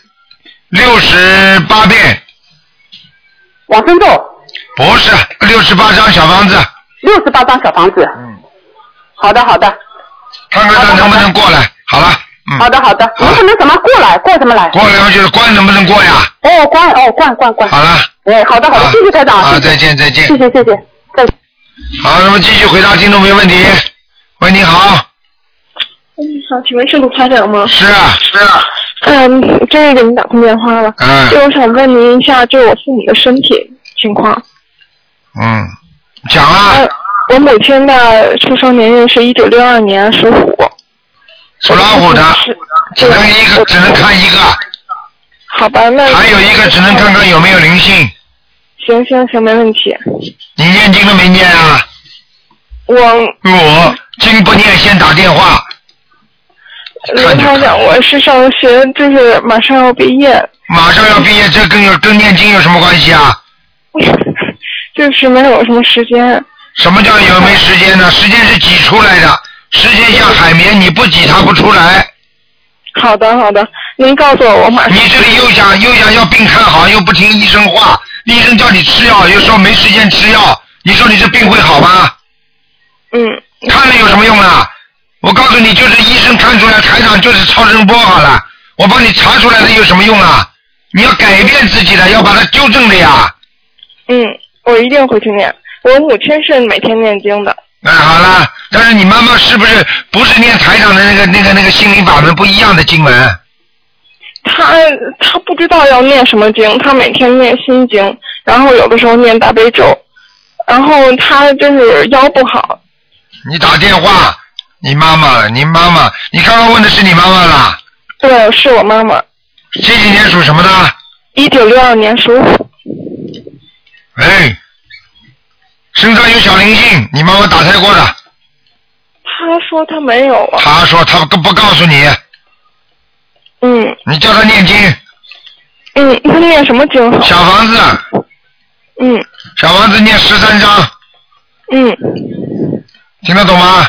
S1: 六十八遍，
S2: 往生咒
S1: 不是六十八张小房子，
S2: 六十八张小房子。
S1: 嗯。
S2: 好的，好的，
S1: 看看他能不能过来。好了，嗯，
S2: 好的，好的。
S1: 好
S2: 能不能什么过来？过什么来？
S1: 过来我就是关能不能过呀？
S2: 哦，关哦，关关关。
S1: 好了，
S2: 哎，好的，好
S1: 啊
S2: 的，谢谢台长，
S1: 啊，
S2: 谢
S1: 再见再见。
S2: 谢谢谢谢，再见。
S1: 好，那么继续回答听众朋友问题。喂，你好，
S5: 好，请问是卢台长吗？
S1: 是啊是啊，
S5: 嗯，终于给您打通电话
S2: 啊
S5: 了。就
S1: 嗯
S5: 我想问您一下，就我父母的身体情况。
S1: 嗯，讲啊
S5: 呃，，我母亲的出生年月是一九六二年，属虎。
S1: 属老虎的，只能一
S2: 呃
S1: 个，只能看一个，
S5: 好吧，那
S1: 还有一个只能看看有没有灵性。
S5: 行行行，没问题。
S1: 你念经了没念啊？
S5: 我
S1: 我经不念，先打电话。
S5: 刘台长，我是上学，就是马上要毕业，
S1: 马上要毕业，这跟有跟念经有什么关系啊？
S5: 就是没有什么时间。
S1: 什么叫有没时间呢？时间是挤出来的，时间像海绵，你不挤它不出来。
S5: 好的好的，您告诉我，我马 上
S1: 你这里又想又想要病看好，又不听医生话，医生叫你吃药，又说没时间吃药，你说你这病会好吗？
S5: 嗯
S1: 看了有什么用啊？我告诉你，就是医生看出来台长就是超声波好了，我帮你查出来的有什么用啊？你要改变自己的，要把它纠正的呀。
S5: 嗯，我一定会去念。我母亲是每天念经的。
S1: 哎，好了，但是你妈妈是不是不是念台长的那个那个那个心灵法门不一样的经文？
S5: 她她不知道要念什么经，她每天念心经，然后有的时候念大悲咒，然后她就是腰不好，
S1: 你打电话，你妈妈了，你妈妈，你刚刚问的是你妈妈啦？
S5: 对，是我妈妈，
S1: 这几年属什么的？
S5: 一九六二年属虎。
S1: 哎，身上有小灵性，你妈妈打胎过的。
S5: 她说她没有啊，
S1: 她说她不不告诉你，
S5: 嗯
S1: 你叫她念经，
S5: 嗯，她念什么经好？
S1: 小房子，
S5: 嗯
S1: 小房子念十三章，
S5: 嗯，
S1: 听得懂吗？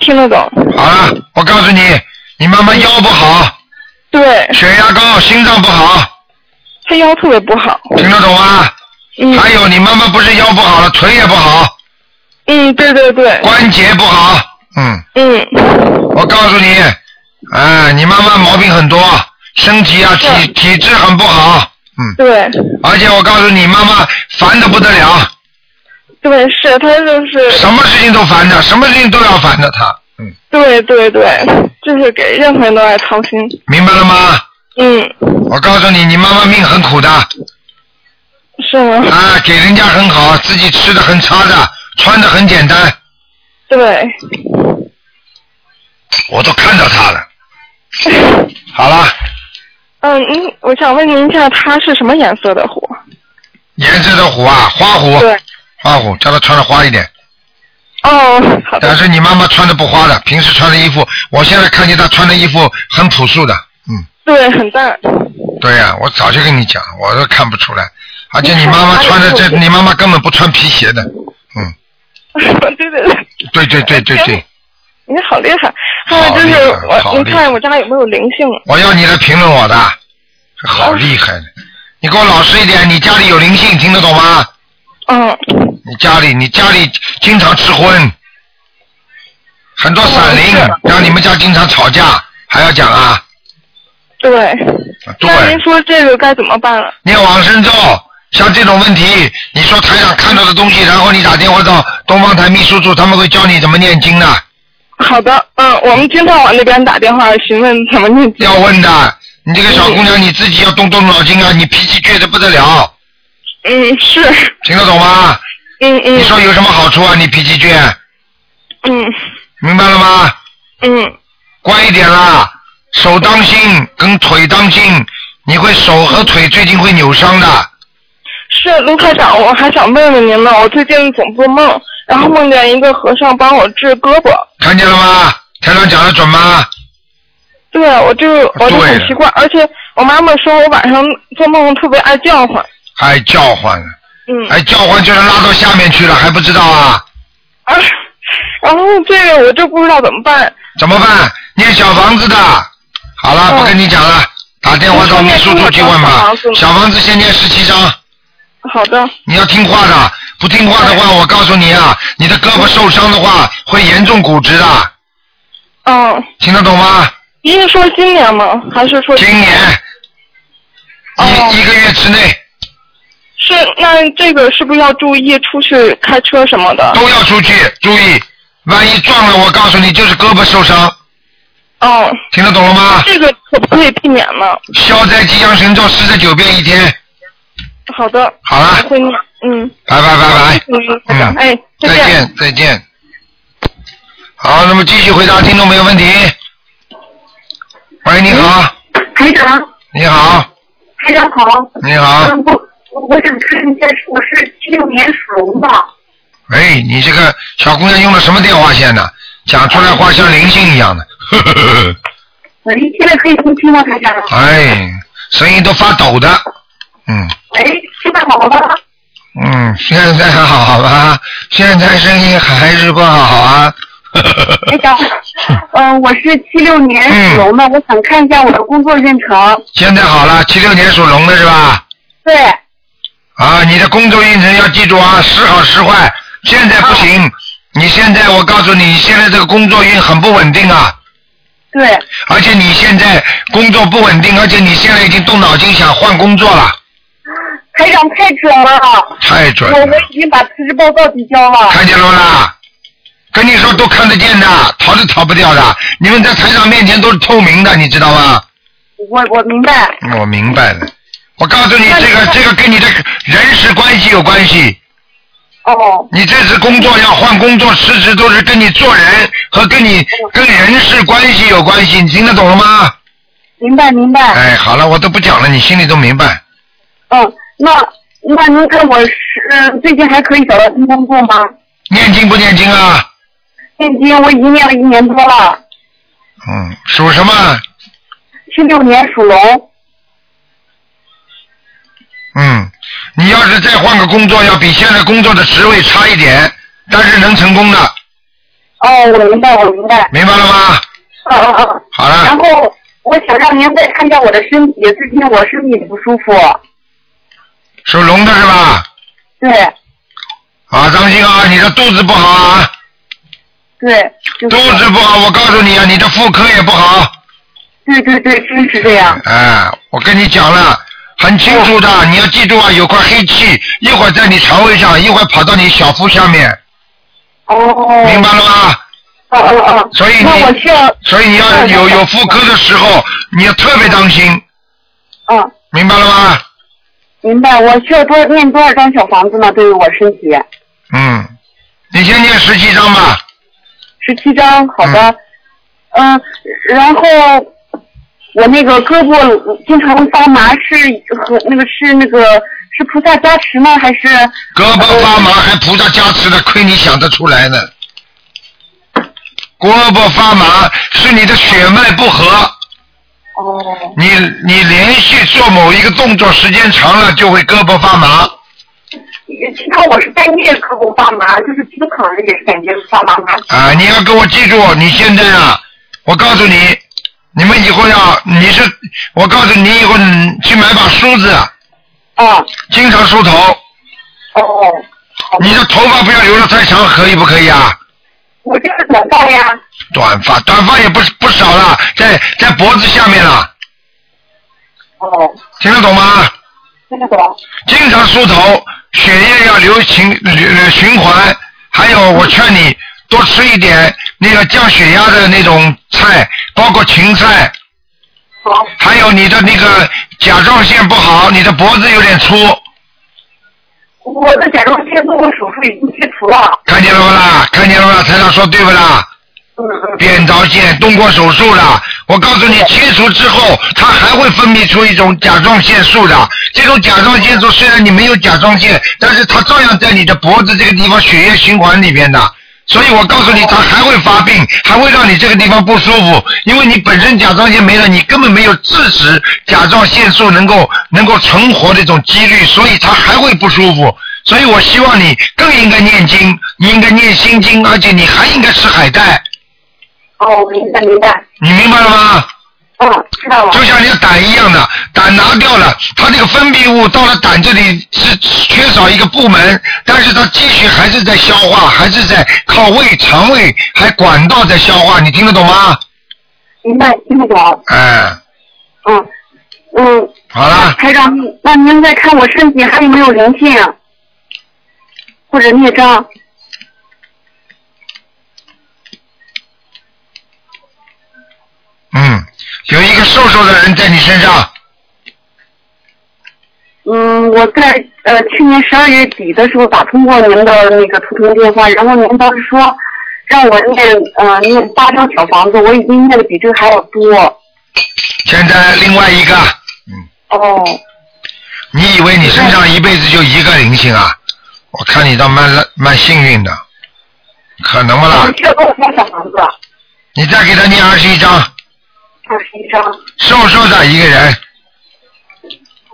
S5: 听得懂。
S1: 好了，我告诉你，你妈妈腰不好，
S5: 对，
S1: 血压高，心脏不好，
S5: 她腰特别不好。
S1: 听得懂吗？
S5: 嗯
S1: 还有你妈妈不是腰不好了，腿也不好，
S5: 嗯，对对对，
S1: 关节不好，嗯。
S5: 嗯
S1: 我告诉你，哎，你妈妈毛病很多，身体啊体
S5: 是
S1: 体质很不好，嗯，
S5: 对
S1: 而且我告诉你，妈妈烦的不得了，
S5: 对是，她就是
S1: 什么事情都烦的，什么事情都要烦的她，嗯，
S5: 对对对，就是给任何人都爱操心。
S1: 明白了吗？
S5: 嗯，
S1: 我告诉你，你妈妈命很苦的，啊，
S5: 是吗？
S1: 给人家很好，自己吃的很差的，穿的很简单，
S5: 对，
S1: 我都看到她了。好了，
S5: 嗯，您我想问您一下，它是什么颜色的虎？
S1: 颜色的虎啊，花虎，
S5: 对，
S1: 花虎，叫她穿的花一点。
S5: 哦，好
S1: 但
S5: 的，
S1: 是你妈妈穿的不花的，平时穿的衣服，我现在看见她穿的衣服很朴素的。嗯，
S5: 对，很淡，
S1: 对呀、我早就跟你讲，我都看不出来。而且你妈妈
S5: 你
S1: 穿
S5: 看
S1: 的
S5: 哪里
S1: 这，
S5: 有
S1: 你妈妈根本不穿皮鞋的。嗯，
S5: 对对对，
S1: 对对对对对，
S5: 您好厉害。还有就是
S1: 好厉害好
S5: 我，您
S1: 厉害
S5: 看我家有没有灵性？
S1: 我要你来评论我的，好厉害的。你给我老实一点，你家里有灵性，听得懂吗？
S5: 嗯，
S1: 你家里，你家里经常吃荤，很多闪灵，
S5: 哦
S1: 让你们家经常吵架，还要讲啊？
S5: 对。
S1: 啊对。
S5: 那您说这个该怎么办了？
S1: 念往生咒，像这种问题，你说台长看到的东西，然后你打电话到东方台秘书处，他们会教你怎么念经的，
S5: 好的，嗯，我们经常往那边打电话询问怎么念经。
S1: 要问的。你这个小姑娘，你自己要动动脑筋啊！你脾气倔得不得了，
S5: 嗯，是，
S1: 听得懂吗？
S5: 嗯嗯
S1: 你说有什么好处啊？你脾气倔，
S5: 嗯
S1: 明白了吗？
S5: 嗯，
S1: 乖一点啦，手当心，跟腿当心，你会手和腿最近会扭伤的。
S5: 是卢科长，我还想问问您呢，我最近总做梦，然后梦见一个和尚帮我治胳膊，
S1: 看见了吗？台长讲的准吗？
S5: 对我就我就很奇怪，而且我妈妈说我晚上做梦特别爱叫唤，
S1: 还哎叫唤了，
S5: 嗯，
S1: 还叫唤就是拉到下面去了，还不知道啊？
S5: 啊，然后这个我就不知道怎么办，
S1: 怎么办？念小房子的。好了，
S5: 嗯
S1: 不跟你讲了，打电话到秘书处去问吧
S5: 我说念多少小房子。呢
S1: 小房子先念十七章，
S5: 好的，
S1: 你要听话的，不听话的
S5: 嗯
S1: 话，我告诉你啊，你的胳膊受伤的话会严重骨折的，
S5: 嗯，
S1: 听得懂吗？
S5: 您是说今年吗？还是说
S1: 今年
S5: 哦
S1: 一一个月之内
S5: 是那这个是不是要注意出去开车什么的？
S1: 都要出去，注意，万一撞了，我告诉你就是胳膊受伤，
S5: 嗯，
S1: 听得懂了吗？
S5: 这个可不可以避免呢？
S1: 消灾吉祥神咒四十九遍一天，
S5: 好的，
S1: 好
S5: 我
S1: 了，
S5: 会念，嗯，
S1: 拜拜拜拜。
S5: 嗯，好的
S1: 嗯
S5: 哎，再
S1: 再
S5: 见。
S1: 见，再见。好，那么继续回答听众朋友问题。喂，你
S5: 嗯
S1: 好，
S2: 台长，
S1: 你好，
S2: 台长好。
S1: 你好，
S2: 嗯，我我想看一下，我是七六年属龙的。
S1: 喂，哎你这个小姑娘用的什么电话线呢？讲出来话像灵性一样的， 呵呵呵
S2: 喂，嗯现在可以听清吗，台长？
S1: 呵，哎，声音都发抖的，嗯
S2: 喂，哎现在好了吗？
S1: 嗯，现在还好吧？现在声音还是不好啊，呵呵 呵
S2: 台
S1: 呵
S2: 长，嗯、我是七六年属龙的，我想看一下我的工作进程。
S1: 现在好了，七六年属龙的是吧？
S2: 对，
S1: 啊，你的工作运程要记住啊，时好时坏。现在不行，你现在我告诉你，现在这个工作运很不稳定啊，
S2: 对，
S1: 而且你现在工作不稳定，而且你现在已经动脑筋想换工作了，
S2: 台长太准了，
S1: 太准
S2: 我
S1: 了
S2: 我，已经把辞职报告递交了。
S1: 看见了啦？跟你说都看得见的，逃都逃不掉的。你们在台长面前都是透明的，你知道吗？
S2: 我我明白，
S1: 我明白了，我告诉你，这个这个跟你的人事关系有关系。
S2: 哦，
S1: 你这次工作要换工作辞职，都是跟你做人和跟你跟人事关系有关系，你听得懂了吗？
S2: 明白明白。
S1: 哎，好了，我都不讲了，你心里都明白。
S2: 嗯，那那您看我是、呃最近还可以找到新工作吗？
S1: 念经不念经啊？
S2: 念经我已经念了一年多了，
S1: 嗯，属什么？
S2: 七六年属龙。
S1: 嗯，你要是再换个工作，要比现在工作的职位差一点，但是能成功的，
S2: 哦，我明白，我明白。
S1: 明白了吗？
S2: 嗯嗯嗯。
S1: 好
S2: 然
S1: 了，
S2: 后我想让您再看一下我的身体，最近我身体不舒服。
S1: 属龙的是吧？
S2: 对
S1: 啊，当心啊，你的肚子不好啊，
S2: 对，就是
S1: 肚子不好，我告诉你啊，你的妇科也不好。
S2: 对对对，真是这样。
S1: 哎，我跟你讲了，很清楚的，
S2: 嗯
S1: 你要记住啊，有块黑气，一会儿在你肠胃上，一会儿跑到你小腹下面，
S2: 哦
S1: 明
S2: 哦
S1: 白了吗？
S2: 哦哦哦。
S1: 所以
S2: 那我
S1: 你，
S2: 需要
S1: 所以你要
S2: 嗯
S1: 有
S2: 嗯
S1: 有妇科的时候，你要特别当心，
S2: 嗯，
S1: 明白了吗？
S2: 明白，我需要多念多少张小房子呢？对于我身体。
S1: 嗯，你先念十七章吧，
S2: 十七张，好的。嗯、然后我那个胳膊经常发麻，是和那个是那个是菩萨加持呢，还是
S1: 胳膊发麻还菩萨加持的，亏你想得出来呢。胳膊发麻是你的血脉不和，
S2: 哦
S1: 你你连续做某一个动作时间长了就会胳膊发麻。
S2: 其他我是半夜胳膊发麻，就是经常也是感觉发麻麻。
S1: 啊，你要给我记住，你现在啊，我告诉你，你们以后要，你是，我告诉你以后你去买把梳子，
S2: 啊
S1: 经常梳头，
S2: 哦哦，
S1: 你的头发不要留的太长，可以不可以啊？
S2: 我这是短发呀。
S1: 短发，短发也不是不少了，在在脖子下面了，
S2: 哦，
S1: 听得懂吗？
S2: 听得懂。
S1: 经常梳头，血液要流循流循环。还有，我劝你多吃一点那个降血压的那种菜，包括芹菜，
S2: 好，
S1: 还有你的那个甲状腺不好，你的脖子有点粗，
S2: 我的甲状腺做过手术，已经切除了。
S1: 看见了不啦？看见了不啦？台长说对不啦？
S2: 嗯嗯。
S1: 扁桃腺动过手术了，我告诉你，切除之后，它还会分泌出一种甲状腺素的。这种甲状腺素虽然你没有甲状腺，但是它照样在你的脖子这个地方血液循环里边的。所以我告诉你，它还会发病，还会让你这个地方不舒服，因为你本身甲状腺没了，你根本没有制止甲状腺素能够能够存活的这种几率，所以它还会不舒服。所以我希望你更应该念经，你应该念心经，而且你还应该吃海带。
S2: 哦，明白明白。
S1: 你明白了吗？
S2: 嗯，知道了。
S1: 就像你的胆一样的，胆拿掉了，它这个分泌物到了胆这里是缺少一个部门，但是它继续还是在消化，还是在靠胃、肠胃还管道在消化，你听得懂吗？
S2: 明白，听得懂。
S1: 哎，
S2: 嗯嗯，
S1: 好了，
S2: 台长，那您再看我身体还有没有灵性啊，或者孽障？
S1: 嗯，有一个瘦瘦的人在你身上，
S2: 嗯，我在呃去年十二月底的时候打通过您的那个图腾电话，然后您当时说让我念呃念八张小房子，我已经念的比这个还要多。
S1: 现在另外一个，
S2: 哦，
S1: 你以为你身上一辈子就一个灵性啊？我看你倒蛮蛮幸运的，可能不啦？
S2: 需要给我看小房子，啊
S1: 你再给他念二十一章，
S2: 二十一张。
S1: 瘦瘦的一个人。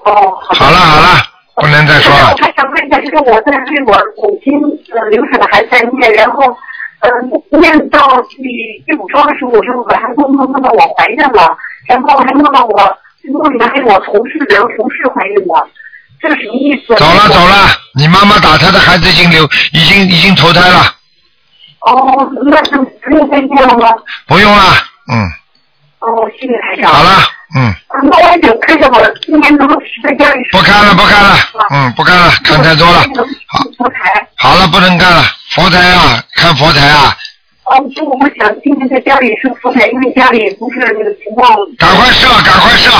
S2: 哦，好
S1: 好
S2: 的。
S1: 了好了，不能再说啊
S2: 我
S1: 了。
S2: 还想问一下，就是我在为我母亲呃流产的还在念，然后呃念到第第五章的时候，我就晚上做梦梦到我怀孕了，然后还梦到我梦里面还有我同事的同事怀孕了，这是什么意思？
S1: 走了走。了，你妈妈打胎的孩子已经流，已经已经投胎了，
S2: 哦，那就不用再念了吗？
S1: 不用了。嗯，
S2: 哦，谢谢台长。
S1: 好了，嗯，
S2: 啊。那我还想看看我今年能不能在家里
S1: 不看了不看了，嗯，不看了，看太多了。好，
S2: 佛台。
S1: 好了，不能看了，佛台啊，看佛台啊，
S2: 啊，就我想今年在家里是佛台，因为家里不是那个情况。
S1: 赶快射，赶快射，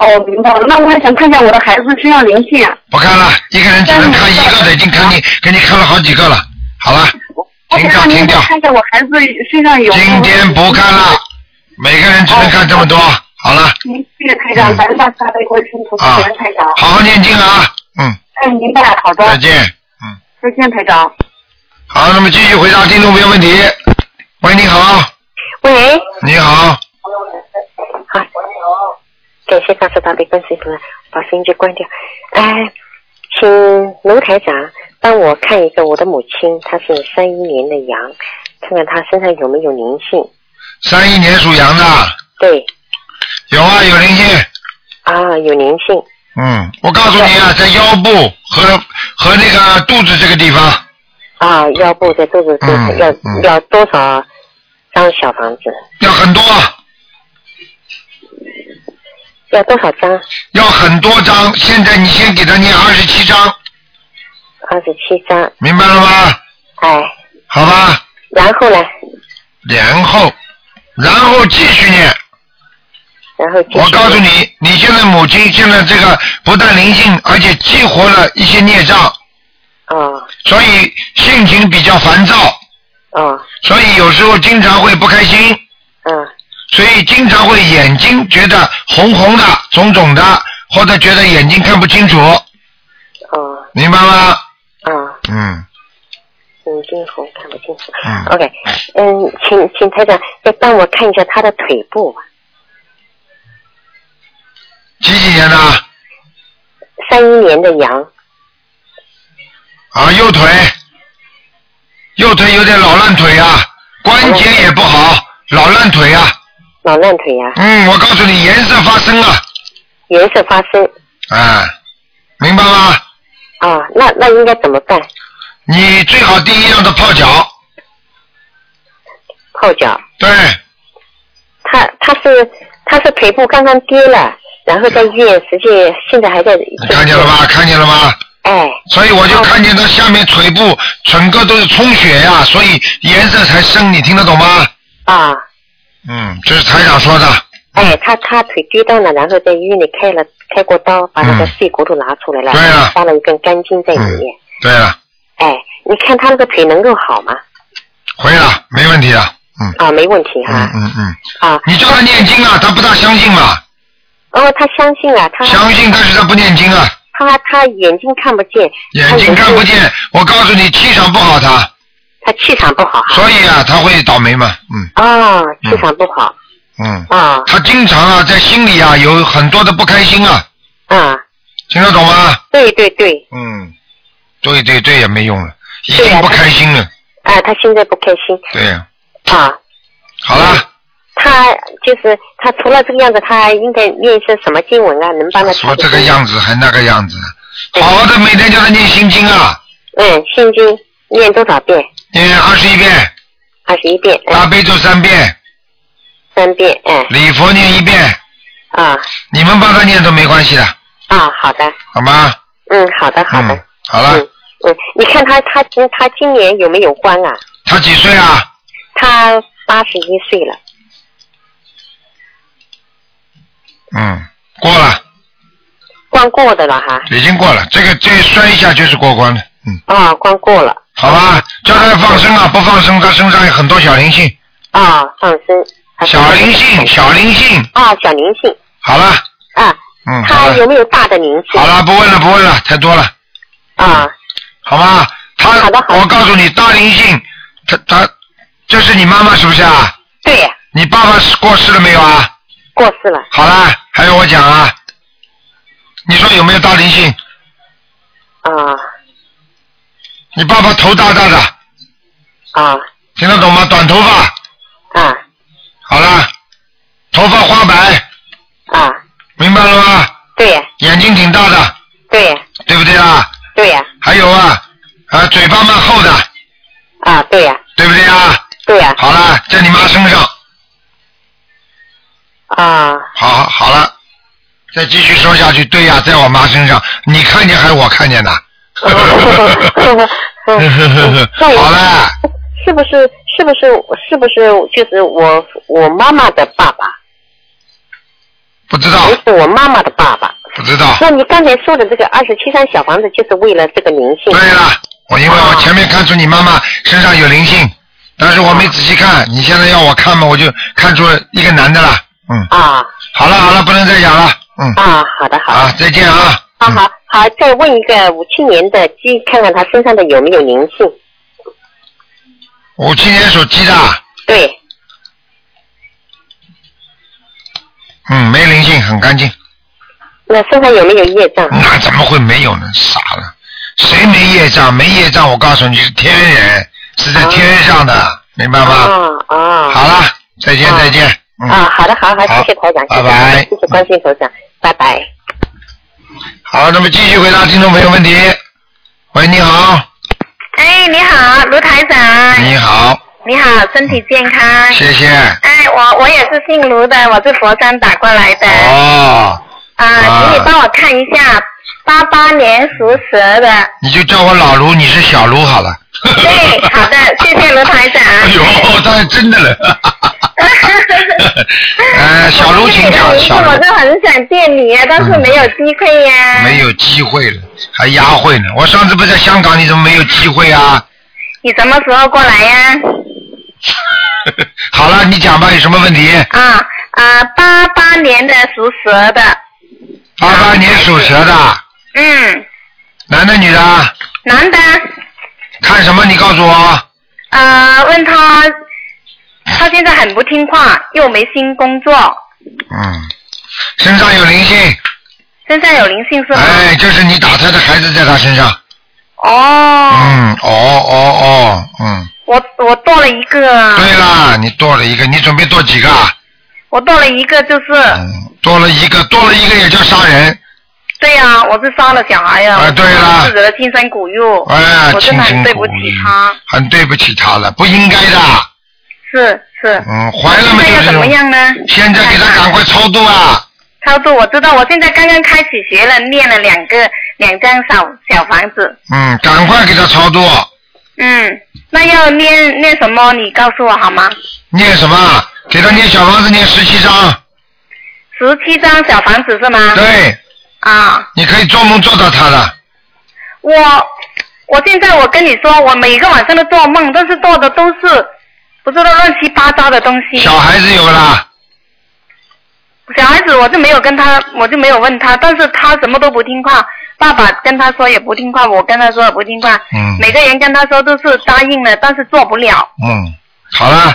S2: 哦，明白了。那我还想看一下我的孩子身上灵性。啊
S1: 不看了，一个人只能看一个的，已经看你给你看了好几个了。好了，
S2: 我
S1: 停
S2: 想
S1: 掉
S2: 让
S1: 停
S2: 您
S1: 掉
S2: 再，哦看一下我孩子身上有。
S1: 今天不看了，每个人只能看这么多。好了，
S2: 您谢谢台长，咱大慈大悲观世音菩萨，
S1: 嗯啊
S2: 感恩台长。
S1: 好好念经啊，嗯，
S2: 哎，明白，好的，
S1: 再见。嗯
S2: 再见，台长。
S1: 好，那么继续回答听众朋友问题。喂，你好，
S6: 喂，
S1: 你好，
S6: 好，感谢大慈大悲观世音菩萨，把收音机关掉。哎，请卢台长帮我看一个我的母亲，她是三一年的羊，看看她身上有没有灵性。
S1: 三一年属羊的，
S6: 对，
S1: 有啊，有灵性。
S6: 啊，有灵性，
S1: 嗯，我告诉你啊，在腰部和和那个肚子这个地方，
S6: 啊，腰部在肚子肚
S1: 嗯
S6: 子要、
S1: 嗯
S6: 要多少张小房子？
S1: 要很多，
S6: 要多少张？
S1: 要很多张。现在你先给他念二十七章，
S6: 二十七张。
S1: 明白了吗？
S6: 哎，
S1: 好吧，
S6: 然后呢？
S1: 然后，然后继续念。
S6: 然后继续
S1: 我告诉你，你现在母亲现在这个不但灵性，而且激活了一些孽障，
S6: 哦
S1: 所以性情比较烦躁。
S6: 哦
S1: 所以有时候经常会不开心，
S6: 嗯
S1: 所以经常会眼睛觉得红红的、肿肿的，或者觉得眼睛看不清楚，
S6: 哦
S1: 明白吗？
S6: 哦，
S1: 嗯，
S6: 嗯，惊红看不清楚。
S1: 嗯
S6: OK，嗯，请请台长再帮我看一下他的腿部啊吧。
S1: 几几年的？
S6: 三一年的羊，
S1: 啊，右腿，右腿有点老烂腿啊，关节也不好，老烂腿啊。
S6: 老烂腿呀、
S1: 嗯，我告诉你，颜色发生了，
S6: 颜色发生
S1: 啊，明白吗？
S6: 啊，那那应该怎么办？
S1: 你最好第一让他泡脚，
S6: 泡脚，
S1: 对，
S6: 他他是他是腿部刚刚跌了，然后在医院，实际现在还在。
S1: 你看见了吧？看见了吗？
S6: 哎，
S1: 所以我就看见他下面腿部整个都是充血呀、所以颜色才深，你听得懂吗？
S6: 啊，
S1: 嗯，这是台长说的。
S6: 哎，他他腿跌断了，然后在医院里开了开过刀，把那个
S1: 嗯
S6: 碎骨头拿出来了，
S1: 对啊
S6: 插了一根钢筋在里
S1: 嗯
S6: 面。
S1: 对了，
S6: 哎，你看他那个腿能够好吗？
S1: 回了，没问题的。嗯
S6: 啊，没问题哈、
S1: 嗯嗯嗯，
S6: 啊，
S1: 你叫他念经啊，他不大相信嘛，
S6: 哦，他相信了，他
S1: 相信但是他不念经啊，
S6: 他他眼睛看不见，
S1: 眼睛看不，见。我告诉你，气场不好他，
S6: 他气场不好哈。
S1: 所以啊，他会倒霉嘛。嗯
S6: 啊、气场不好
S1: 嗯，
S6: 啊
S1: 他经常啊在心里啊有很多的不开心啊，
S6: 啊，
S1: 听得懂吗？
S6: 对对对，
S1: 嗯，对对对，也没用了，已
S6: 对
S1: 经
S6: 啊
S1: 不开心了。
S6: 啊，他现在不开心
S1: 对呀、
S6: 啊，
S1: 好了，
S6: 他就是他除了这个样子，他还应该念一些什么经文啊，能帮他
S1: 说这个
S6: 调节
S1: 样子还那个样子，
S6: 对
S1: 好的，每天叫他念心经啊，
S6: 嗯，心经念多少遍？
S1: 念二十一遍，
S6: 二十一遍，
S1: 大
S6: 嗯，
S1: 悲咒三遍，
S6: 三遍，嗯
S1: 礼佛念一遍，
S6: 啊
S1: 你们帮他念都没关系的，
S6: 啊，好的，
S1: 好吗？
S6: 嗯，好的好的，
S1: 嗯，好了，
S6: 嗯嗯，你看他他今他今年有没有关啊？
S1: 他几岁啊？
S6: 他八十一岁了。
S1: 嗯，过了，
S6: 关过的了哈，
S1: 已经过了，这个这个摔一下就是过关了，嗯，
S6: 啊、关过了，
S1: 好吧，叫他放生啊，不放生他身上有很多小灵性，
S6: 啊、放生，还是
S1: 小灵性，小灵性，
S6: 啊，小灵性
S1: 好了，
S6: 啊，
S1: 嗯，好
S6: 他有
S1: 了，
S6: 没有大的灵性？
S1: 好了，不问了，不问了，太多了，
S6: 啊，
S1: 好吗？他，
S6: 好的好的
S1: 我告诉你，大灵性，他他，这是你妈妈是不是啊？
S6: 对，
S1: 你爸爸是过世了没有啊？
S6: 过世了，
S1: 好啦，还要我讲啊？你说有没有大灵性？
S6: 啊
S1: 你爸爸头大大的，
S6: 啊
S1: 听得懂吗？短头发，
S6: 啊
S1: 好啦，头发花白，
S6: 啊，
S1: 明白了吗？
S6: 对
S1: 眼睛挺大的，
S6: 对
S1: 对不对啊？
S6: 对呀，
S1: 还有啊，啊，嘴巴蛮厚的，
S6: 啊对呀，
S1: 对不对啊？
S6: 对呀，
S1: 好啦，在你妈身上，
S6: 啊
S1: 好好好了，再继续说下去，对呀、在我妈身上，你看见还是我看见的？ 好了，
S6: 是不是是不是是不是就是我我妈妈的爸爸，
S1: 不知道
S6: 就，是我妈妈的爸爸？
S1: 不知道。
S6: 那你刚才说的这个二十七张小房子，就是为了这个灵性
S1: 对了，我因为我前面看出你妈妈身上有灵性，但是我没仔细看，你现在要我看嘛，我就看出一个男的了。嗯，
S6: 啊
S1: 好了好了，不能再讲了。嗯，
S6: 啊，好的好的，
S1: 好，再见啊。
S6: 好
S1: 嗯
S6: 好好，再问一个五七年的鸡，看看他身上的有没有灵性？
S1: 五七年属鸡的，
S6: 对，
S1: 嗯，没灵性，很干净。
S6: 那身上有没有业障？
S1: 那怎么会没有呢？傻了，谁没业障？没业障，我告诉你是天人，是在天上的，明白吗？
S6: 啊啊
S1: 嗯好了，再见
S6: 啊
S1: 再见。嗯。
S6: 啊，好的好好，谢谢台长，谢
S1: 拜
S6: 谢
S1: 拜
S6: 谢谢关心头长，拜拜。
S1: 好，那么继续回答听众朋友问题。喂，你好，
S3: 哎，你好，卢台长，
S1: 你好，
S3: 你好，身体健康。
S1: 谢谢。
S3: 哎，我我也是姓卢的，我是佛山打过来的。
S6: 哎
S1: 哦，
S3: 啊，请你帮我看一下，八八年属蛇 的。
S1: 你就叫我老卢，你是小卢好了。
S3: 对，好的，谢谢卢台 长。
S1: 哎呦，他还真的 了。哎，小卢，请
S3: 我
S1: 讲，
S3: 听你的名字
S1: 小
S3: 我
S1: 卢
S3: 就很想见你啊，但是没有机会呀、
S1: 没。有机会了，还压会呢。我上次不是在香港，你怎么没有机会啊？
S3: 你什么时候过来呀、
S1: 好了，你讲吧，有什么问题？
S3: 啊？啊八八年的属蛇的，
S1: 八八年属蛇的，
S3: 嗯，
S1: 男的女的？
S3: 男的。
S1: 看什么？你告诉我。
S3: 呃，问他，他现在很不听话，又没新工作，
S1: 嗯，身上有灵性，
S3: 身上有灵性是吗？
S1: 哎，就是你打胎的孩子在他身上。
S3: 哦，
S1: 嗯，哦哦哦，嗯，
S3: 我我剁了一个，
S1: 对啦，你多了一个，你准备多几个？啊？
S3: 我剁了一个就是，
S1: 嗯，多了一个，多了一个也叫杀人，
S3: 对呀、我是杀了小孩呀、
S1: 哎对啦
S3: 我是惹了金山骨肉，
S1: 哎，
S3: 我真
S1: 清
S3: 的
S1: 清
S3: 很对
S1: 苦
S3: 不
S1: 苦
S3: 起他，，
S1: 很对不起他了，不应该的。
S3: 是是。
S1: 嗯，怀了嘛就
S3: 现在
S1: 是
S3: 要
S1: 这
S3: 怎么
S1: 种。
S3: 样呢？
S1: 现在给他赶快超度啊！
S3: 操作我知道，我现在刚刚开始学了，念了两个两张小小房子，
S1: 嗯，赶快给他超度。
S3: 嗯，那要念念什么？你告诉我好吗？
S1: 念什么？给他念小房子，念十七章。
S3: 十七张小房子是吗？
S1: 对，
S3: 啊，
S1: 你可以做梦做到他的。
S3: 我我现在我跟你说，我每个晚上都做梦，但是做的都是不知道乱七八糟的东西。
S1: 小孩子有了啦，
S3: 小孩子我就没有跟他，我就没有问他，但是他什么都不听话。爸爸跟他说也不听话，我跟他说也不听话。
S1: 嗯
S3: 每个人跟他说都是答应了，但是做不了。
S1: 嗯，好了，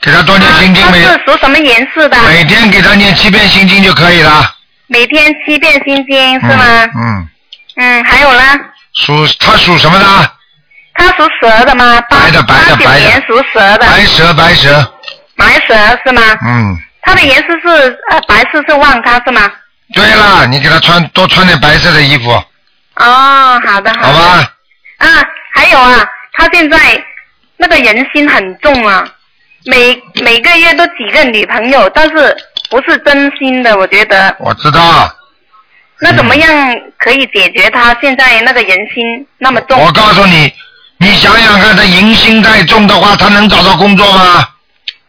S1: 给他多念心经
S3: 他
S1: 每
S3: 是属什么颜色的？
S1: 每天给他念七遍心经就可以了。
S3: 每天七遍心经是吗
S1: 嗯？嗯，
S3: 嗯还有呢？
S1: 属他属什么的？
S3: 他属蛇的吗？八
S1: 白的白的
S3: 八九
S1: 白的
S3: 年属蛇的，
S1: 白蛇白蛇，
S3: 白蛇是吗？
S1: 嗯，
S3: 它的颜色是呃白色是旺它是吗？
S1: 对了，你给他穿多穿点白色的衣服，
S3: 哦，好的
S1: 好
S3: 的。
S1: 吧？
S3: 啊，还有啊，他现在那个人心很重啊，每每个月都几个女朋友，但是不是真心的，我觉得
S1: 我知道，
S3: 那怎么样可以解决他现在那个人心那么重？
S1: 我告诉你，你想想看，他淫心太重的话，他能找到工作吗？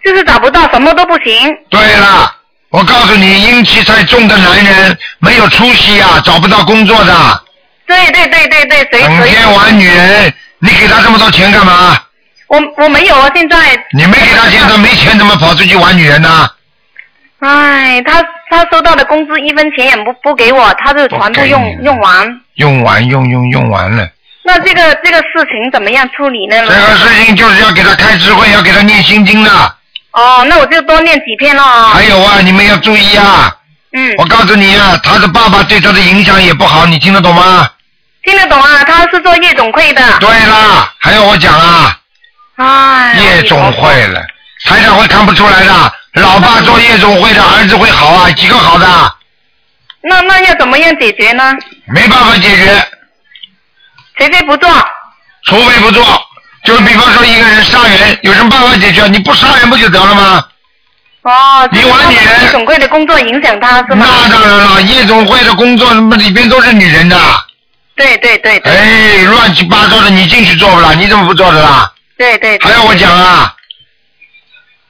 S3: 就是找不到，什么都不行。
S1: 对了，我告诉你，阴气太重的男人没有出息啊，找不到工作的，
S3: 对对对对对，谁
S1: 整
S3: 谁？
S1: 天玩女人，你给他这么多钱干嘛？
S3: 我我没有啊，现在，
S1: 你没给他钱，他没钱怎么跑出去玩女人呢？
S3: 哎，他他收到的工资一分钱也不不给我，他就全部用用完。
S1: 用完用用用完了，
S3: 那这个这个事情怎么样处理呢？
S1: 哦这个事情就是要给他开智慧，要给他念心经的。
S3: 哦，那我就多念几篇了啊。
S1: 还有啊，你们要注意啊！
S3: 嗯，
S1: 我告诉你啊，他的爸爸对他的影响也不好，你听得懂吗？
S3: 听得懂啊，他是做夜总会的。
S1: 对啦，还要我讲啊？
S3: 哎，
S1: 夜总会了，台长会看不出来的。老爸做夜总会的儿子会好啊，几个好的，
S3: 那那要怎么样解决呢？
S1: 没办法解决，
S3: 谁非不做，
S1: 除非不做。就比方说一个人杀人，有什么办法解决？你不杀人不就得了吗？
S3: 哦，
S1: 你玩女人
S3: 夜总会的工作影响他是吗？
S1: 那当然了，夜总会的工作，那么里边都是女人的，
S3: 对对对对
S1: 哎，乱七八糟的，你进去做不啦？你怎么不做的啦？
S3: 对对。
S1: 还要我讲啊？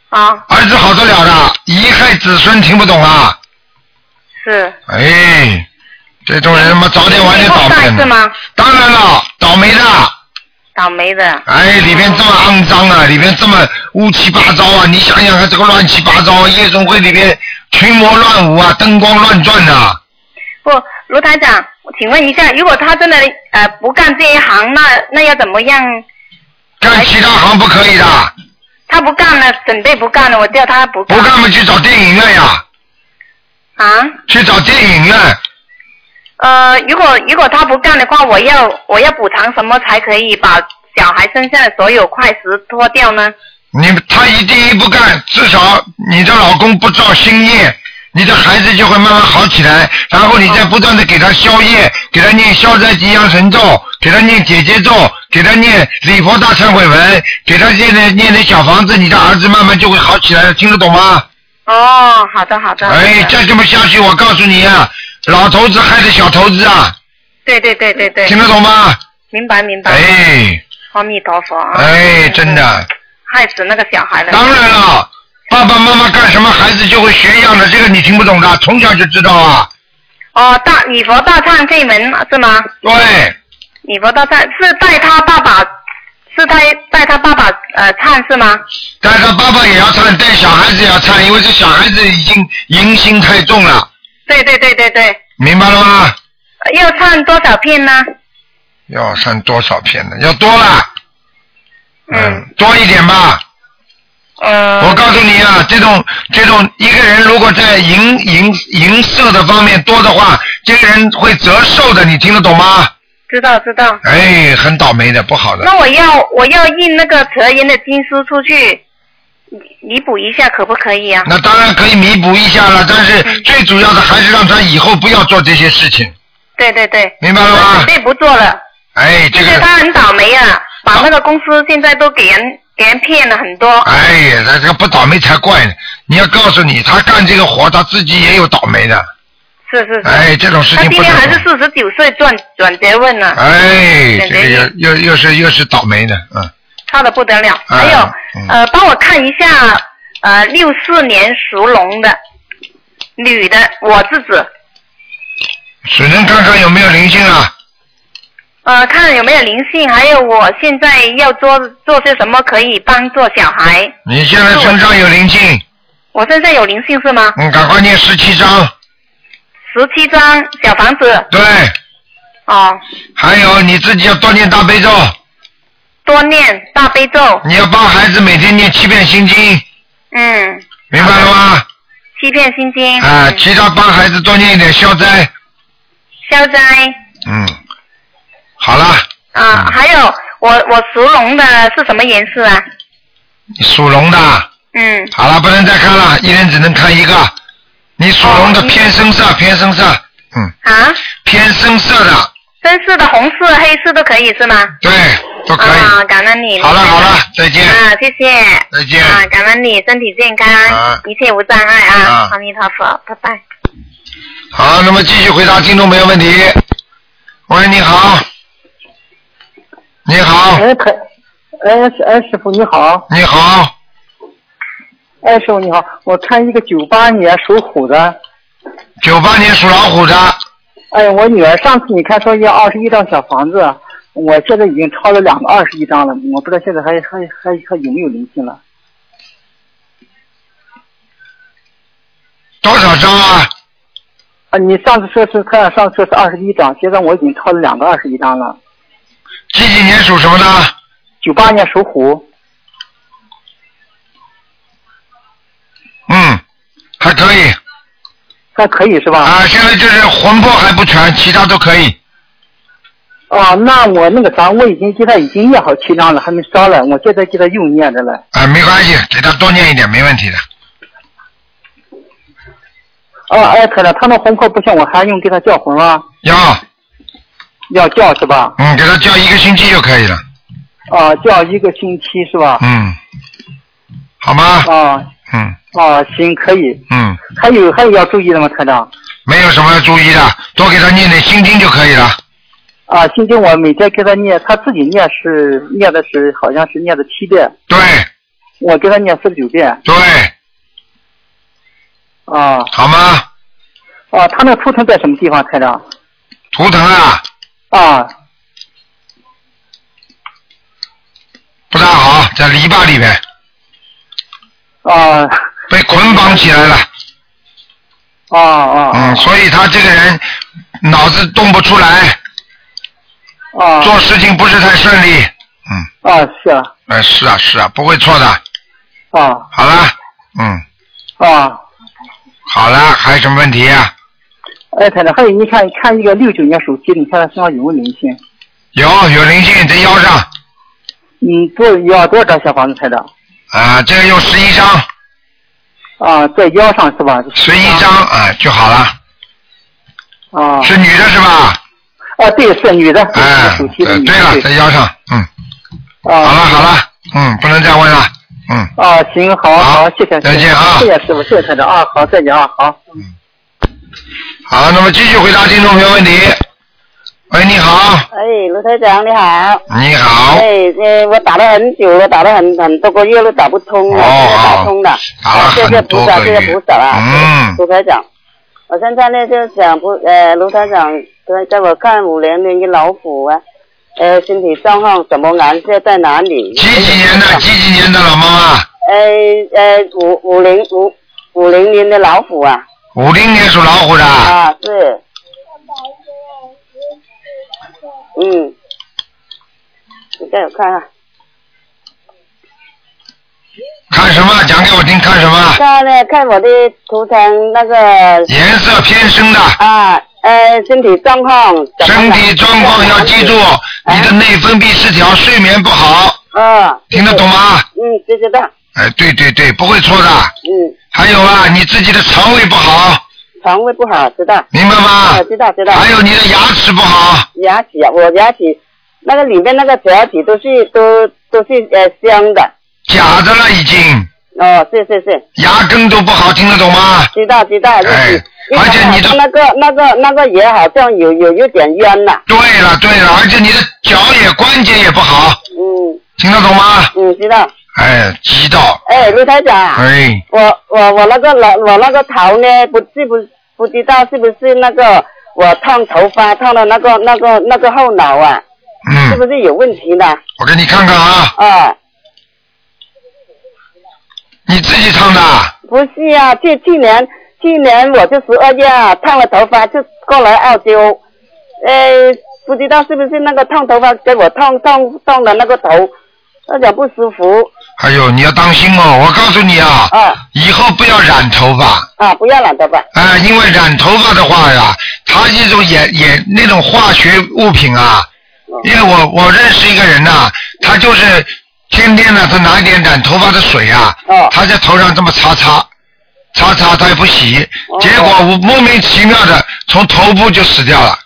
S3: 啊，
S1: 儿子好得了的，贻害子孙，听不懂啊？
S3: 是。
S1: 哎，这种人嘛，早点晚点倒霉
S3: 是
S1: 呢。
S3: 吗？
S1: 当然了，倒霉的，
S3: 倒霉的。
S1: 哎，里边这么肮脏啊，里边这么乌七八糟啊，你想想看，这个乱七八糟，啊夜总会里边群魔乱舞啊，灯光乱转啊呐、
S3: 不，卢台长，请问一下，如果他真的呃不干这一行，那那要怎么样？
S1: 干其他行不可以的，
S3: 他不干了，准备不干了，我叫他不
S1: 不
S3: 干
S1: 干嘛去找电影院呀？
S3: 啊。
S1: 去找电影院，
S3: 呃，如果如果他不干的话，我要我要补偿什么才可以把小孩身上的所有块石脱掉呢？
S1: 嗯你他一定一不干，至少你的老公不造新业，你的孩子就会慢慢好起来，然后你再不断的给他消业，给他念消灾吉祥神咒，给他念姐姐咒，给他念礼佛大忏悔文，给他现在念点小房子，你的儿子慢慢就会好起来了，听得懂吗？
S3: 哦，好的好的。
S1: 哎，再这么下去，我告诉你啊，老头子害的小头子啊，
S3: 对对对对对。
S1: 听得懂？吗？
S3: 明白明白。。
S1: 哎
S3: 阿弥陀佛啊！
S1: 哎，真的。
S3: 害死那个小孩了。
S1: 当然了，爸爸妈妈干什么，孩子就会学样的，这个你听不懂的，从小就知道啊。
S3: 哦，大礼佛大忏这门是吗？
S1: 对，
S3: 礼佛大忏是带他爸爸，是带带他爸爸呃忏是吗？
S1: 但是爸爸也要唱，带小孩子也要唱，因为这小孩子已经淫心太重了，
S3: 对对对对对，
S1: 明白了吗？
S3: 呃要忏多少片呢？
S1: 要唱多少遍呢？要多了，嗯，多一点吧。
S5: 嗯
S3: 呃，
S1: 我告诉你啊，这种这种一个人如果在淫淫淫色的方面多的话，这个人会折寿的，你听得懂吗？
S3: 知道知道。
S1: 哎，很倒霉的，不好的。
S3: 那我要我要印那个蛇人的经书出去，弥弥补一下可不可以啊？嗯
S1: 那当然可以弥补一下了，但是最主要的还是让他以后不要做这些事情，
S3: 对对对，
S1: 明白了
S3: 我
S1: 吗
S3: 准？备不做了。
S1: 哎，这
S3: 现在
S1: 个，
S3: 他很倒霉啊，把那个公司现在都给人给人骗了很多。
S1: 哎呀，他这个不倒霉才怪呢！你要告诉你，他干这个活，他自己也有倒霉的。
S3: 是是是。
S1: 哎，这种事
S3: 他
S1: 情
S3: 今
S1: 不
S3: 年
S1: 能
S3: 还。是四十九岁转转学问呢、
S1: 哎，这
S3: 选择
S1: 个
S3: 一
S1: 又又又是又是倒霉的，嗯，
S3: 差的不得了。还有，
S1: 嗯
S3: 呃，帮我看一下，呃，六四年属龙的女的，我自己，
S1: 只能看看有没有灵性啊。
S3: 呃，看有没有灵性，还有我现在要做做些什么可以帮助小孩。
S1: 你现在身上有灵性，
S3: 我身上有灵性是吗？
S1: 嗯，赶快念十七章。
S3: 十七张小房子
S1: 对，
S3: 哦，
S1: 还有你自己要多念大悲咒，
S3: 多念大悲咒，
S1: 你要帮孩子每天念七遍心经，
S3: 嗯，
S1: 明白了吗？
S3: 七遍心经，
S1: 啊，
S3: 嗯
S1: 其他帮孩子多念一点消灾。
S3: 消灾
S1: 嗯，好了，
S3: 啊、
S1: 嗯
S3: 还有我我属龙的是什么颜色啊？
S1: 你属龙的，
S3: 嗯，
S1: 好了，不能再看了，一人只能看一个。你属龙的偏深色，偏深色，嗯，
S3: 啊，
S1: 偏深色的，
S3: 深色的、红色、黑色都可以是吗？
S1: 对，都可以。
S3: 啊，感恩你。
S1: 好了好了，再见，
S3: 啊，谢谢。
S1: 再见。
S3: 啊，感恩你，身体健康，
S1: 啊
S3: 一切无障碍
S1: 啊
S3: 啊！阿弥陀佛，拜拜。
S1: 好，那么继续回答听众朋友问题。喂，你好，你好，
S4: 哎，可，哎，师哎，师傅你好，
S1: 你好，
S4: 哎，师傅你好，我看一个九八年属虎的，
S1: 九八年属老虎的，
S4: 哎，我女儿上次你看说要二十一张小房子，我现在已经抄了两个二十一张了，我不知道现在还还还还有没有灵性了。
S1: 多少张啊？
S4: 啊，你上次说是看上次说是二十一张，现在我已经抄了两个二十一张了。
S1: 几几年属什么的？
S4: 九八年属虎。
S1: 嗯，还可以。
S4: 还可以是吧？
S1: 啊，现在就是魂魄还不全，其他都可以。
S4: 啊，那我那个啥，我已经现在已经念好七张了，还没烧了，我现在给他又念着了。
S1: 啊，没关系，给他多念一点，没问题的。
S4: 哦，艾特了，他那魂魄不像我，还用给他叫魂吗？
S1: 要，
S4: 要叫是吧？
S1: 嗯，给他叫一个星期就可以了。
S4: 啊，叫一个星期是吧？
S1: 嗯，好吗？
S4: 啊
S1: 嗯
S4: 啊，行，可以。
S1: 嗯，
S4: 还有还有要注意的吗，台长？
S1: 没有什么要注意的，多给他念点心经就可以了。
S4: 啊，心经我每天给他念，他自己念是念的是好像是念的七遍，
S1: 对
S4: 我给他念四十九遍。
S1: 对，
S4: 啊
S1: 好吗？
S4: 啊，他那图腾在什么地方，台长？
S1: 图腾啊，
S4: 啊，
S1: 不大好，在篱笆里边
S4: 啊
S1: 被捆绑起来了。
S4: 啊啊
S1: 嗯，所以他这个人脑子动不出来，
S4: 啊
S1: 做事情不是太顺利。嗯
S4: 啊是啊
S1: 哎，是啊，是啊，不会错的。
S4: 啊
S1: 好了，嗯，
S4: 啊，
S1: 好了，还有什么问题啊？
S4: 哎，台长，还有你看看一个六九年属鸡的，你看他身上有没有灵性？
S1: 有有灵性在腰上
S4: 嗯，多要多少张小房子，台长？
S1: 啊，这个用十一张，
S4: 啊，在腰上是吧？
S1: 十一张啊就好了。
S4: 啊
S1: 是女的是吧？
S4: 啊，对，是女的，
S1: 哎，
S4: 属鸡的
S1: 呃
S4: 女的。
S1: 对了，在腰上，嗯，
S4: 啊，
S1: 好了好了，嗯，不能再问了，嗯。
S4: 啊，行，好，好，谢谢，
S1: 再见啊
S4: 谢谢师傅，谢谢台长啊，好，再见啊，好。
S1: 好，那么继续回答听众朋友问题。喂，你好，
S6: 哎，卢台长你好。
S1: 你好，
S6: 哎，呃，我打了很久了，打了很很多个月都打不通了，现在打通了。
S1: 哦打了
S6: 谢谢
S1: 很
S6: 菩
S1: 多
S6: 萨，
S1: 个
S6: 谢谢
S1: 月
S6: 菩萨啊，
S1: 嗯
S6: 卢台长。我现在呢就想不，呃，卢台长在在我看五零年的老虎啊，呃，身体状况什么颜色在哪里？
S1: 几几年
S6: 哎
S1: 的？几几年的老妈妈？
S6: 呃呃，五五零五五零年的老虎啊。
S1: 五零年属老虎的，
S6: 啊，是。嗯，你再看啊看。
S1: 看什么？讲给我听，看什么？
S6: 看呢，看我的图腾那个
S1: 颜色偏深的。
S6: 啊，呃，身体状况怎么
S1: 身
S6: 样
S1: 体状况要记住，你
S6: 哎
S1: 的内分泌失调，睡眠不好。
S6: 嗯。
S1: 听得懂吗？
S6: 嗯，知知道。
S1: 哎，对对对，不会错的。
S6: 嗯，
S1: 还有啊，你自己的肠胃不好，
S6: 肠胃不好，知道。
S1: 明白吗
S6: 啊，知道知道。
S1: 还有你的牙齿不好。
S6: 牙齿啊，我牙齿那个里面那个假体都是都都是呃香的。
S1: 假的了已经，
S6: 哦，是是是。
S1: 牙根都不好，听得懂吗？
S6: 知道知
S1: 哎
S6: 道，就是。而且你的那个那个那个也好像有有有点冤呐。
S1: 对了对了，而且你的脚也关节也不好，
S6: 嗯
S1: 听得懂吗？
S6: 嗯，知道。
S1: 哎，急到，
S6: 哎，卢台长啊。
S1: 哎，
S6: 我我我那个老我那个头呢，不是不不知道是不是那个我烫头发烫的那个那个那个后脑啊，是
S1: 嗯，
S6: 不是有问题呢？
S1: 我给你看看啊，
S6: 啊，
S1: 你自己烫的啊，
S6: 不是啊，去去年去年我就十二月啊烫了头发，就过来澳洲，呃，不知道是不是那个烫头发给我烫烫烫的那个头，有点不舒服
S1: 哎呦，你要当心哦，我告诉你啊，
S6: 啊
S1: 以后不要染头发。
S6: 啊，不要染头发
S1: 啊，因为染头发的话呀，它一种也也那种化学物品啊，因为我我认识一个人呐、他就是天天呢，他拿一点染头发的水啊，他在头上这么擦擦，擦擦他也不洗，结果我莫名其妙的从头部就死掉了。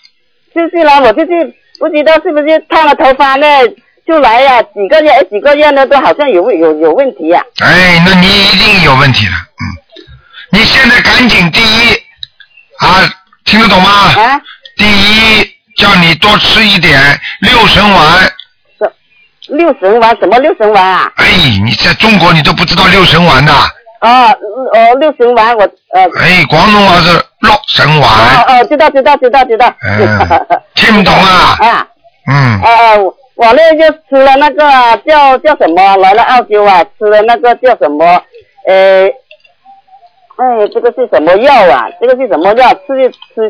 S6: 就是啦，我就是不知道是不是烫了头发呢，就来呀、几个月哎几个月呢，都好像有有有问题呀、
S1: 哎，那你一定有问题了，嗯，你现在赶紧第一啊，听得懂吗？
S6: 啊，
S1: 第一叫你多吃一点六神丸。
S6: 六神丸什么六神丸啊？
S1: 哎，你在中国你都不知道六神丸呐？
S6: 哦哦，六神丸我呃，
S1: 哎，广东话是六神
S6: 哦
S1: 丸， 哎
S6: 哦，知道知道知道知道，
S1: 嗯，听不懂啊？
S6: 啊，
S1: 嗯
S6: 哎、我我呢就吃了那个啊叫叫什么，来了澳洲啊，吃了那个叫什么，呃，哎，这个是什么药啊？这个是什么药？吃吃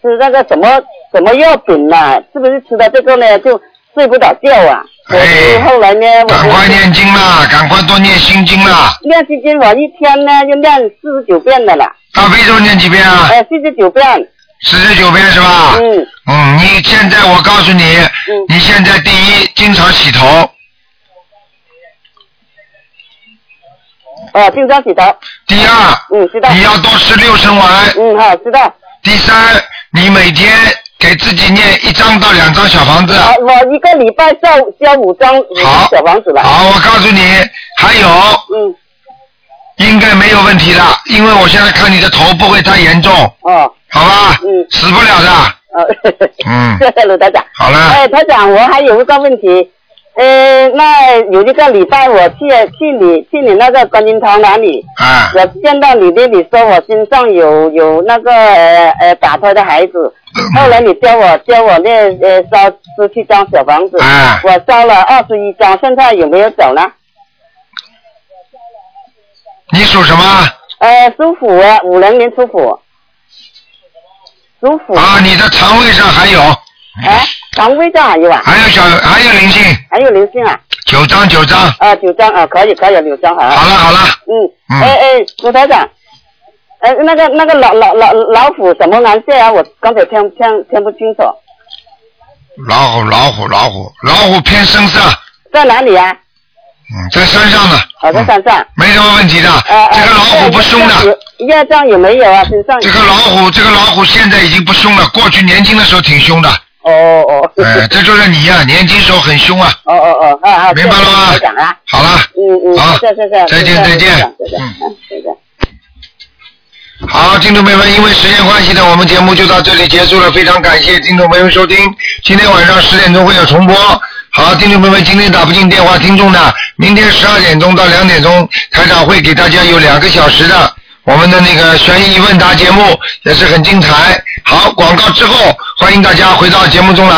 S6: 吃那个什么什么药品呐、是不是吃了这个呢就睡不着觉啊？我就后来呢，我赶快
S1: 念经啦，赶快多念心经啦。
S6: 念心经我一天呢就念四十九遍的了。
S1: 大悲咒念几遍啊？
S6: 哎，四十九遍。
S1: 四十九遍是吧？
S6: 嗯。
S1: 嗯，你现在我告诉你，你现在第一经常洗头，
S6: 哦，经常洗头。
S1: 第二，
S6: 嗯，知道。
S1: 你要多吃六神丸。
S6: 嗯，好，知道。
S1: 第三，你每天给自己念一张到两张小房子。
S6: 啊，我一个礼拜交交五张好小房子吧。
S1: 好，我告诉你，还有，
S6: 嗯，
S1: 应该没有问题的，因为我现在看你的头不会太严重，
S6: 哦，
S1: 好吧？
S6: 嗯，
S1: 死不了的。
S6: 呃，
S1: 嗯，
S6: 谢谢卢台长。
S1: 好了
S6: 哎，台长，我还有一个问题，呃，那有一个礼拜我去去你去你那个观音堂那里，
S1: 啊，
S6: 我见到你的，你说我身上有有那个呃呃打胎的孩子，
S1: 嗯
S6: 后哎来你教我教我那呃烧十七张小房子，
S1: 啊
S6: 我烧了二十一张，现在有没有走呢？
S1: 你属什么？
S6: 呃，属虎，五零年属虎，属虎
S1: 啊，你的肠胃上还有，
S6: 哎，常规上还有啊？
S1: 还有小还有灵性，
S6: 还有灵性啊？
S1: 九张九张。
S6: 啊，九张啊，可以可以，九张好。
S1: 好了好了。
S6: 嗯，
S1: 嗯
S6: 哎哎，卢台长，哎，那个那个老老老老虎什么蓝色啊？我刚才听听听不清楚，
S1: 老虎老虎老虎老虎偏深色，
S6: 在哪里啊？
S1: 嗯，在山上呢，嗯
S6: 哦，在山上。呃
S1: 没什么问题的。
S6: 这个老虎不凶的。业障有没有啊？身上有。
S1: 这个老虎这个老虎现在已经不凶了，过去年轻的时候挺凶的。
S6: 哦哦。
S1: 哎，这就是你呀、年轻时候很凶啊。
S6: 哦哦哦，啊啊，明白了吗？讲啊，
S1: 好了，
S6: 嗯嗯，
S1: 好
S6: 谢谢谢谢，
S1: 再见再见嗯，
S6: 再见。
S1: 好，听众朋友们，因为时间关系呢，我们节目就到这里结束了。非常感谢听众朋友们收听，今天晚上十点钟会有重播。好，听众朋友们，今天打不进电话，听众呢，明天十二点钟到两点钟，台长会给大家有两个小时的我们的那个悬疑问答节目，也是很精彩。好，广告之后，欢迎大家回到节目中来。